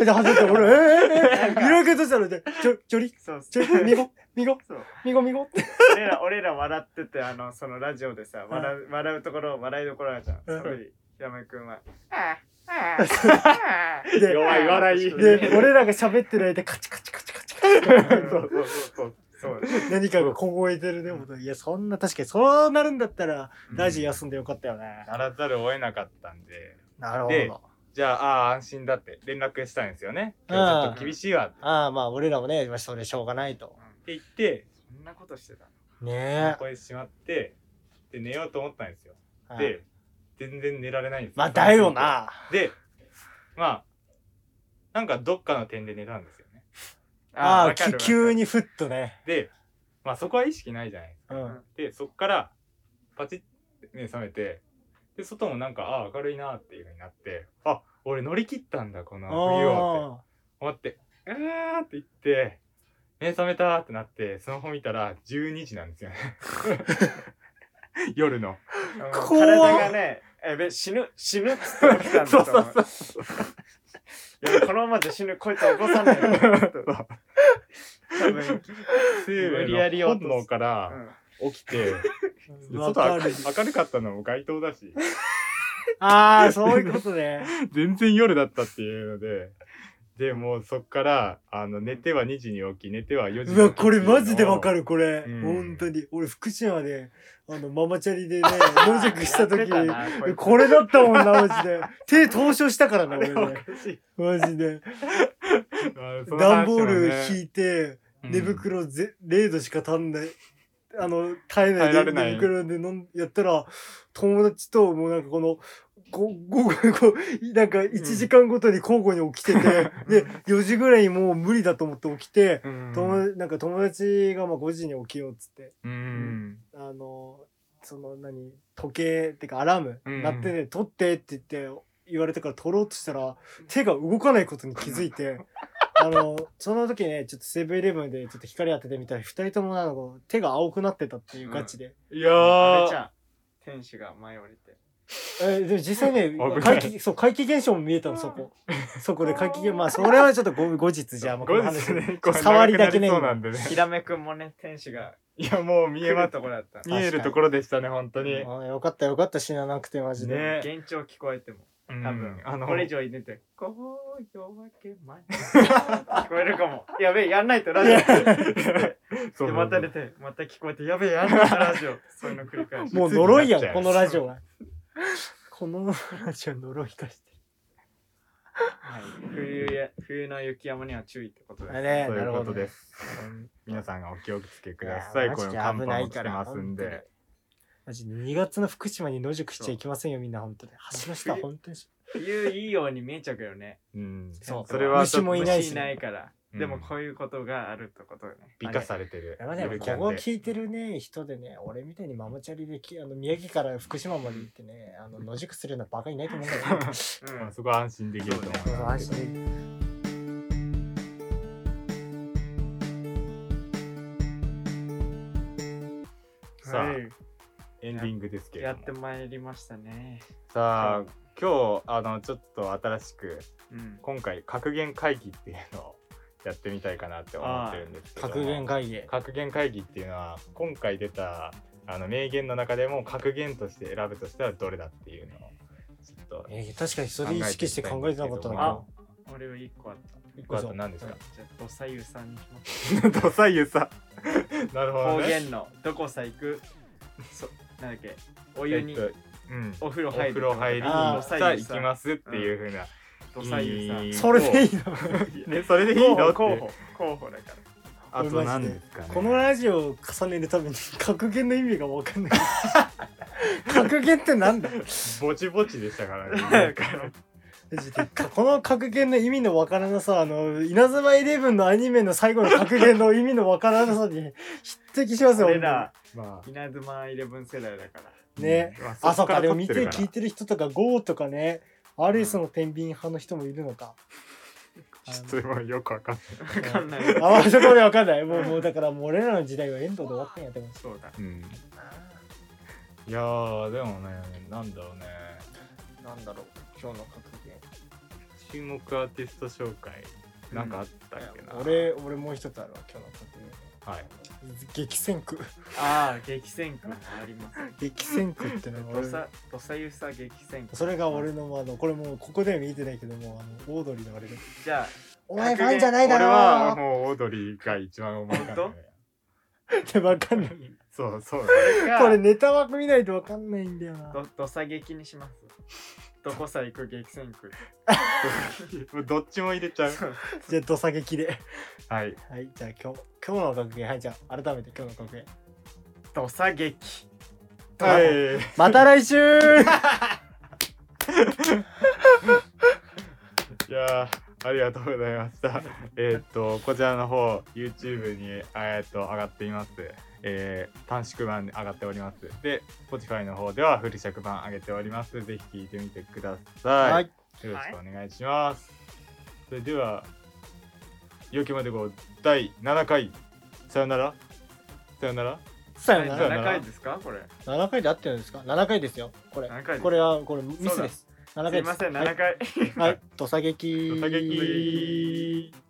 [SPEAKER 2] 外れて、俺、えぇ、えぇ、夜明けとしたら、で、ちょ、ちょり、
[SPEAKER 3] そうそ
[SPEAKER 2] ちょ
[SPEAKER 3] う。
[SPEAKER 2] り、みご、みご、
[SPEAKER 3] そう
[SPEAKER 2] みご、みごって。
[SPEAKER 3] 俺ら俺ら笑っててあのそのラジオでさ笑う笑うところ笑いどころあるじゃん。
[SPEAKER 2] うん
[SPEAKER 3] そこに山井くんは。あああああ
[SPEAKER 2] で
[SPEAKER 1] 弱い笑い
[SPEAKER 2] で、俺らが喋ってる間、カチカチカチカチカチ。
[SPEAKER 1] そうそうそう
[SPEAKER 3] そう。
[SPEAKER 2] 何かが凍えてるね、本当にいや、そんな、確かに、そうなるんだったら、ラジオ休んでよかったよね。
[SPEAKER 1] ならざるを得なかったんで
[SPEAKER 2] なるほ
[SPEAKER 1] で
[SPEAKER 2] ど。
[SPEAKER 1] じゃああー安心だって連絡したんですよね
[SPEAKER 2] うん
[SPEAKER 1] 今日ちょっと厳しいわって
[SPEAKER 2] ああ、まあ、俺らもね、まあそれしょうがないと。
[SPEAKER 1] 言って
[SPEAKER 3] そんなことしてたの。
[SPEAKER 2] ね
[SPEAKER 1] これしまってで寝ようと思ったんですよ
[SPEAKER 2] え。
[SPEAKER 1] で全然寝られないんですよ
[SPEAKER 2] まあ、だよな。
[SPEAKER 1] でまあなんかどっかの点で寝たんですよね
[SPEAKER 2] ああ、
[SPEAKER 3] わかる
[SPEAKER 2] き
[SPEAKER 3] わかる
[SPEAKER 2] 急にふっとね。
[SPEAKER 1] でまあそこは意識ないじゃないですか
[SPEAKER 2] うん。
[SPEAKER 1] でそっからパチッて目覚めてで外もなんかああ明るいなっていう風になってあ俺乗り切ったんだこの冬をって
[SPEAKER 2] あ
[SPEAKER 1] 思って「うー」って言って目覚めたってなってスマホ見たら12時なんですよね 夜の
[SPEAKER 3] うん
[SPEAKER 2] 怖っ
[SPEAKER 3] 体がね、えべ死ぬ死ぬっつって起きたんだと思う。
[SPEAKER 1] そう
[SPEAKER 3] いやこのままじゃ死ぬこいつ起こさないよ。多分。
[SPEAKER 1] 生
[SPEAKER 3] 無理や
[SPEAKER 1] 命
[SPEAKER 3] り
[SPEAKER 1] の
[SPEAKER 3] 落とす
[SPEAKER 1] 本能から起きて、
[SPEAKER 2] ー
[SPEAKER 1] で外
[SPEAKER 2] わか
[SPEAKER 1] 明
[SPEAKER 2] る
[SPEAKER 1] る明るかったのも街灯だし
[SPEAKER 2] ああ、そういうことね。
[SPEAKER 1] 全然夜だったっていうのででもうそっからあの寝ては2時に起き寝ては4時に起き
[SPEAKER 2] うわ、これマジでわか
[SPEAKER 1] る
[SPEAKER 2] る、これ。
[SPEAKER 1] うん
[SPEAKER 2] 本当に。俺、福島で、あの、ママチャリでね、到着した
[SPEAKER 3] やって
[SPEAKER 2] 時
[SPEAKER 3] たなこいつ
[SPEAKER 2] これだったもんな、マジで。手凍傷したからな、
[SPEAKER 1] あ
[SPEAKER 2] 俺
[SPEAKER 1] れお
[SPEAKER 2] ね。
[SPEAKER 1] かしい
[SPEAKER 2] マジで。
[SPEAKER 1] あその話
[SPEAKER 2] 段ボー
[SPEAKER 1] もね
[SPEAKER 2] ル引いて、
[SPEAKER 1] うん
[SPEAKER 2] 寝袋ぜ0度しか足んない。あの、耐えな
[SPEAKER 1] 耐
[SPEAKER 2] い
[SPEAKER 1] えら
[SPEAKER 2] で
[SPEAKER 1] れない
[SPEAKER 2] 寝袋で飲んやったら、友達ともうなんかこの、こ午後、こう、なんか1時間ごとに交互に起きてて、 で、4時ぐらいにもう無理だと思って起きて、
[SPEAKER 1] うん
[SPEAKER 2] 友なんか友達がまあ5時に起きようっつって
[SPEAKER 1] うん
[SPEAKER 2] あのその何時計ってかアラーム
[SPEAKER 1] うん
[SPEAKER 2] 鳴ってね取ってって言って言われたから取ろうとしたら手が動かないことに気づ いてあのその時ねちょっとセブンイレブンでちょっと光当ててみたら2人ともなんかこう手が青くなってたっていうガチで、
[SPEAKER 1] いや
[SPEAKER 3] あれじ
[SPEAKER 1] ー
[SPEAKER 3] ゃん。天使が舞い降りて。
[SPEAKER 2] えーでも実 際ね
[SPEAKER 1] 危ない
[SPEAKER 2] 怪奇そう怪奇現象も見えたのそこそこで怪奇現象まあそれはちょっとご後日じゃあもうこの
[SPEAKER 1] 後
[SPEAKER 2] 話
[SPEAKER 1] 日ね
[SPEAKER 2] ちょっと触りだけね
[SPEAKER 1] これ長くなりそうなんでね
[SPEAKER 3] ひらめくんもね、天使が
[SPEAKER 1] いやもう見
[SPEAKER 3] 見え
[SPEAKER 1] えま
[SPEAKER 3] るところだった。
[SPEAKER 1] 見えるところでしたね本当に
[SPEAKER 2] あーよかったよかった死ななくてマジで。
[SPEAKER 1] ね
[SPEAKER 3] 幻聴聞こえても。
[SPEAKER 1] うん
[SPEAKER 3] 多分、
[SPEAKER 1] あの
[SPEAKER 3] これ以上入れて「こう夜明け前」聞こえるかもやべえやんないとラジオ
[SPEAKER 1] そう
[SPEAKER 3] でまた出てまた聞こえてやべえやんないとラジオそういうの繰り返し
[SPEAKER 2] もう呪いや
[SPEAKER 1] 普通
[SPEAKER 2] ん、
[SPEAKER 1] に
[SPEAKER 2] こ
[SPEAKER 1] な
[SPEAKER 2] の
[SPEAKER 1] っちゃう
[SPEAKER 2] ラジ オは。このラジオ呪い化して
[SPEAKER 3] はい冬や冬の雪山には注意ってこと
[SPEAKER 2] る。
[SPEAKER 3] で
[SPEAKER 2] ね
[SPEAKER 3] す、
[SPEAKER 1] そう
[SPEAKER 2] な
[SPEAKER 1] いう
[SPEAKER 2] る
[SPEAKER 1] こ
[SPEAKER 2] ほ
[SPEAKER 1] と
[SPEAKER 2] ど
[SPEAKER 1] で
[SPEAKER 2] ね。
[SPEAKER 1] す。 皆さんがお気をつけください。
[SPEAKER 2] や
[SPEAKER 1] これも
[SPEAKER 2] ーマジで
[SPEAKER 1] 寒
[SPEAKER 2] 危な
[SPEAKER 1] 波
[SPEAKER 2] い
[SPEAKER 1] も来
[SPEAKER 2] か
[SPEAKER 1] て
[SPEAKER 2] ら
[SPEAKER 1] ますんで。
[SPEAKER 2] マジ2月の福島に野宿しちゃいけませんよ、みんな、本当に。橋の下、
[SPEAKER 3] 冬
[SPEAKER 2] 本当に。
[SPEAKER 3] 冬いいように見えちゃうけどね
[SPEAKER 1] うん。
[SPEAKER 2] そう
[SPEAKER 1] それはちょっ
[SPEAKER 2] 虫
[SPEAKER 1] と
[SPEAKER 2] もいないし
[SPEAKER 3] 虫いないから、
[SPEAKER 1] うん
[SPEAKER 3] でもこういうことがあるってことよね
[SPEAKER 1] 美化されてる。
[SPEAKER 2] やばいね、
[SPEAKER 1] ゆ
[SPEAKER 2] こ
[SPEAKER 1] るキャン
[SPEAKER 2] こ
[SPEAKER 1] で
[SPEAKER 2] 聞いてるね、人でね、俺みたいにママチャリできあの宮城から福島まで行ってね、あの野宿するようなバカいないと思うんだよね。
[SPEAKER 3] うん
[SPEAKER 1] まあそこは安心できると思います。
[SPEAKER 2] マジで。
[SPEAKER 1] さあ
[SPEAKER 3] はい
[SPEAKER 1] エンディングですけれ
[SPEAKER 3] や
[SPEAKER 1] ど
[SPEAKER 3] って
[SPEAKER 1] も。
[SPEAKER 3] まいりましたね
[SPEAKER 1] さあ、今日、あの、ちょっと新しく、
[SPEAKER 3] うん
[SPEAKER 1] 今回、格言会議っていうのをやってみたいかなって思ってるんですけども。
[SPEAKER 2] 格言会議。
[SPEAKER 1] 格言会議っていうのは今回出たあの名言の中でも格言として選ぶとしたらどれだっていうのをちょっと
[SPEAKER 2] えー確かにそれ意識して考えてなかったな
[SPEAKER 3] あ。俺は一個あった
[SPEAKER 1] 一個あと何ですか
[SPEAKER 3] じゃあ土佐湯さんにします
[SPEAKER 1] どさゆさなるほど
[SPEAKER 3] 方
[SPEAKER 1] ね
[SPEAKER 3] 言のどこさ行くそなんだっけお湯に
[SPEAKER 1] えっとうん
[SPEAKER 3] お風
[SPEAKER 1] お
[SPEAKER 3] 呂入る
[SPEAKER 1] 風呂入りに
[SPEAKER 2] あー
[SPEAKER 1] さあ行きますっていうふうな
[SPEAKER 3] 土佐湯さん
[SPEAKER 1] いい
[SPEAKER 2] それでいいの
[SPEAKER 1] ねそれでいいのっ
[SPEAKER 3] 候
[SPEAKER 1] て
[SPEAKER 3] 補候補だか
[SPEAKER 1] あと何ですかね
[SPEAKER 2] このラジオを重ねるために 格言の意味が分かんない 格言ってなんだ
[SPEAKER 1] ぼちぼちでしたから
[SPEAKER 3] ら
[SPEAKER 1] ね
[SPEAKER 2] マジでかこの格言の意味の分からなさあの稲妻イレブンのアニメの最後の格言の意味の分からなさに 匹敵しますよ
[SPEAKER 3] 俺ら
[SPEAKER 1] まあ
[SPEAKER 3] 稲妻イレブン世代だから
[SPEAKER 2] ね
[SPEAKER 1] まあそっ
[SPEAKER 2] 朝から
[SPEAKER 1] 撮
[SPEAKER 2] を
[SPEAKER 1] っ
[SPEAKER 2] 見
[SPEAKER 1] る
[SPEAKER 2] て
[SPEAKER 1] から
[SPEAKER 2] 聞いてる人とか GO とかねアリスの天秤派の人もいるのか
[SPEAKER 1] ちょっともうよくわかんない
[SPEAKER 3] 分かんない
[SPEAKER 2] ああそこまで分かんないもうもうだからもう俺らの時代は遠藤で終わったんやってます
[SPEAKER 3] そうだ
[SPEAKER 1] うんいやーでもねなんだろうね
[SPEAKER 2] なんだろう今日の格言
[SPEAKER 1] 注目アーティスト紹介なんかあったっけな、
[SPEAKER 2] 俺俺もう一つあるわ今日の格言
[SPEAKER 1] はい
[SPEAKER 2] 激戦区
[SPEAKER 3] ああ激戦区もあります
[SPEAKER 2] 激戦区っての
[SPEAKER 3] 土佐
[SPEAKER 2] が
[SPEAKER 3] 土佐湯さ激戦区
[SPEAKER 2] それが俺のあのこれもうここでは見えてないけどもあのオードリーのあれが
[SPEAKER 3] じゃあ
[SPEAKER 2] 「お前
[SPEAKER 3] 前フ
[SPEAKER 2] フ
[SPEAKER 3] ァ
[SPEAKER 2] ァ
[SPEAKER 3] ン
[SPEAKER 2] ン
[SPEAKER 3] じ
[SPEAKER 2] じ
[SPEAKER 3] ゃ
[SPEAKER 2] ゃ
[SPEAKER 3] な
[SPEAKER 2] ないい
[SPEAKER 3] だ
[SPEAKER 2] だ
[SPEAKER 1] 俺は
[SPEAKER 2] ろ!
[SPEAKER 1] もうオードリーが一番思い浮かんだね
[SPEAKER 3] 本」
[SPEAKER 2] ってわかんない
[SPEAKER 1] そうそう
[SPEAKER 2] こ
[SPEAKER 3] こ
[SPEAKER 2] れネタ枠見ないとわかんないんだよな
[SPEAKER 3] ど土佐激にしますどこさ行く激 戦区
[SPEAKER 1] もう どっちも入れちゃう
[SPEAKER 3] そう
[SPEAKER 2] じゃあ土佐劇で
[SPEAKER 1] はい
[SPEAKER 2] はいじゃあ今日今日の格言はいじゃあ改めて今日の格言
[SPEAKER 3] 土佐激
[SPEAKER 1] は
[SPEAKER 2] はいまた来週
[SPEAKER 1] いやーありがとうございま した。えーっと、こちらの方、YouTube に、えーっと、上がっています。えー短縮版に上がっております。で、Spotify の方ではフル尺版上げております。ぜひ聞いてみてください。
[SPEAKER 2] はい
[SPEAKER 1] よろしくお願いします。それでは、よきまで号第7回、さよならさよなら
[SPEAKER 2] さよなら
[SPEAKER 3] 7回ですかこれ
[SPEAKER 2] 7回で合ってるんですか7回ですよこれ
[SPEAKER 3] 7回です
[SPEAKER 2] これはこれミスです7
[SPEAKER 3] すい
[SPEAKER 2] 回で
[SPEAKER 3] ますせん7回
[SPEAKER 2] はいはい土佐劇
[SPEAKER 1] ドタゲキ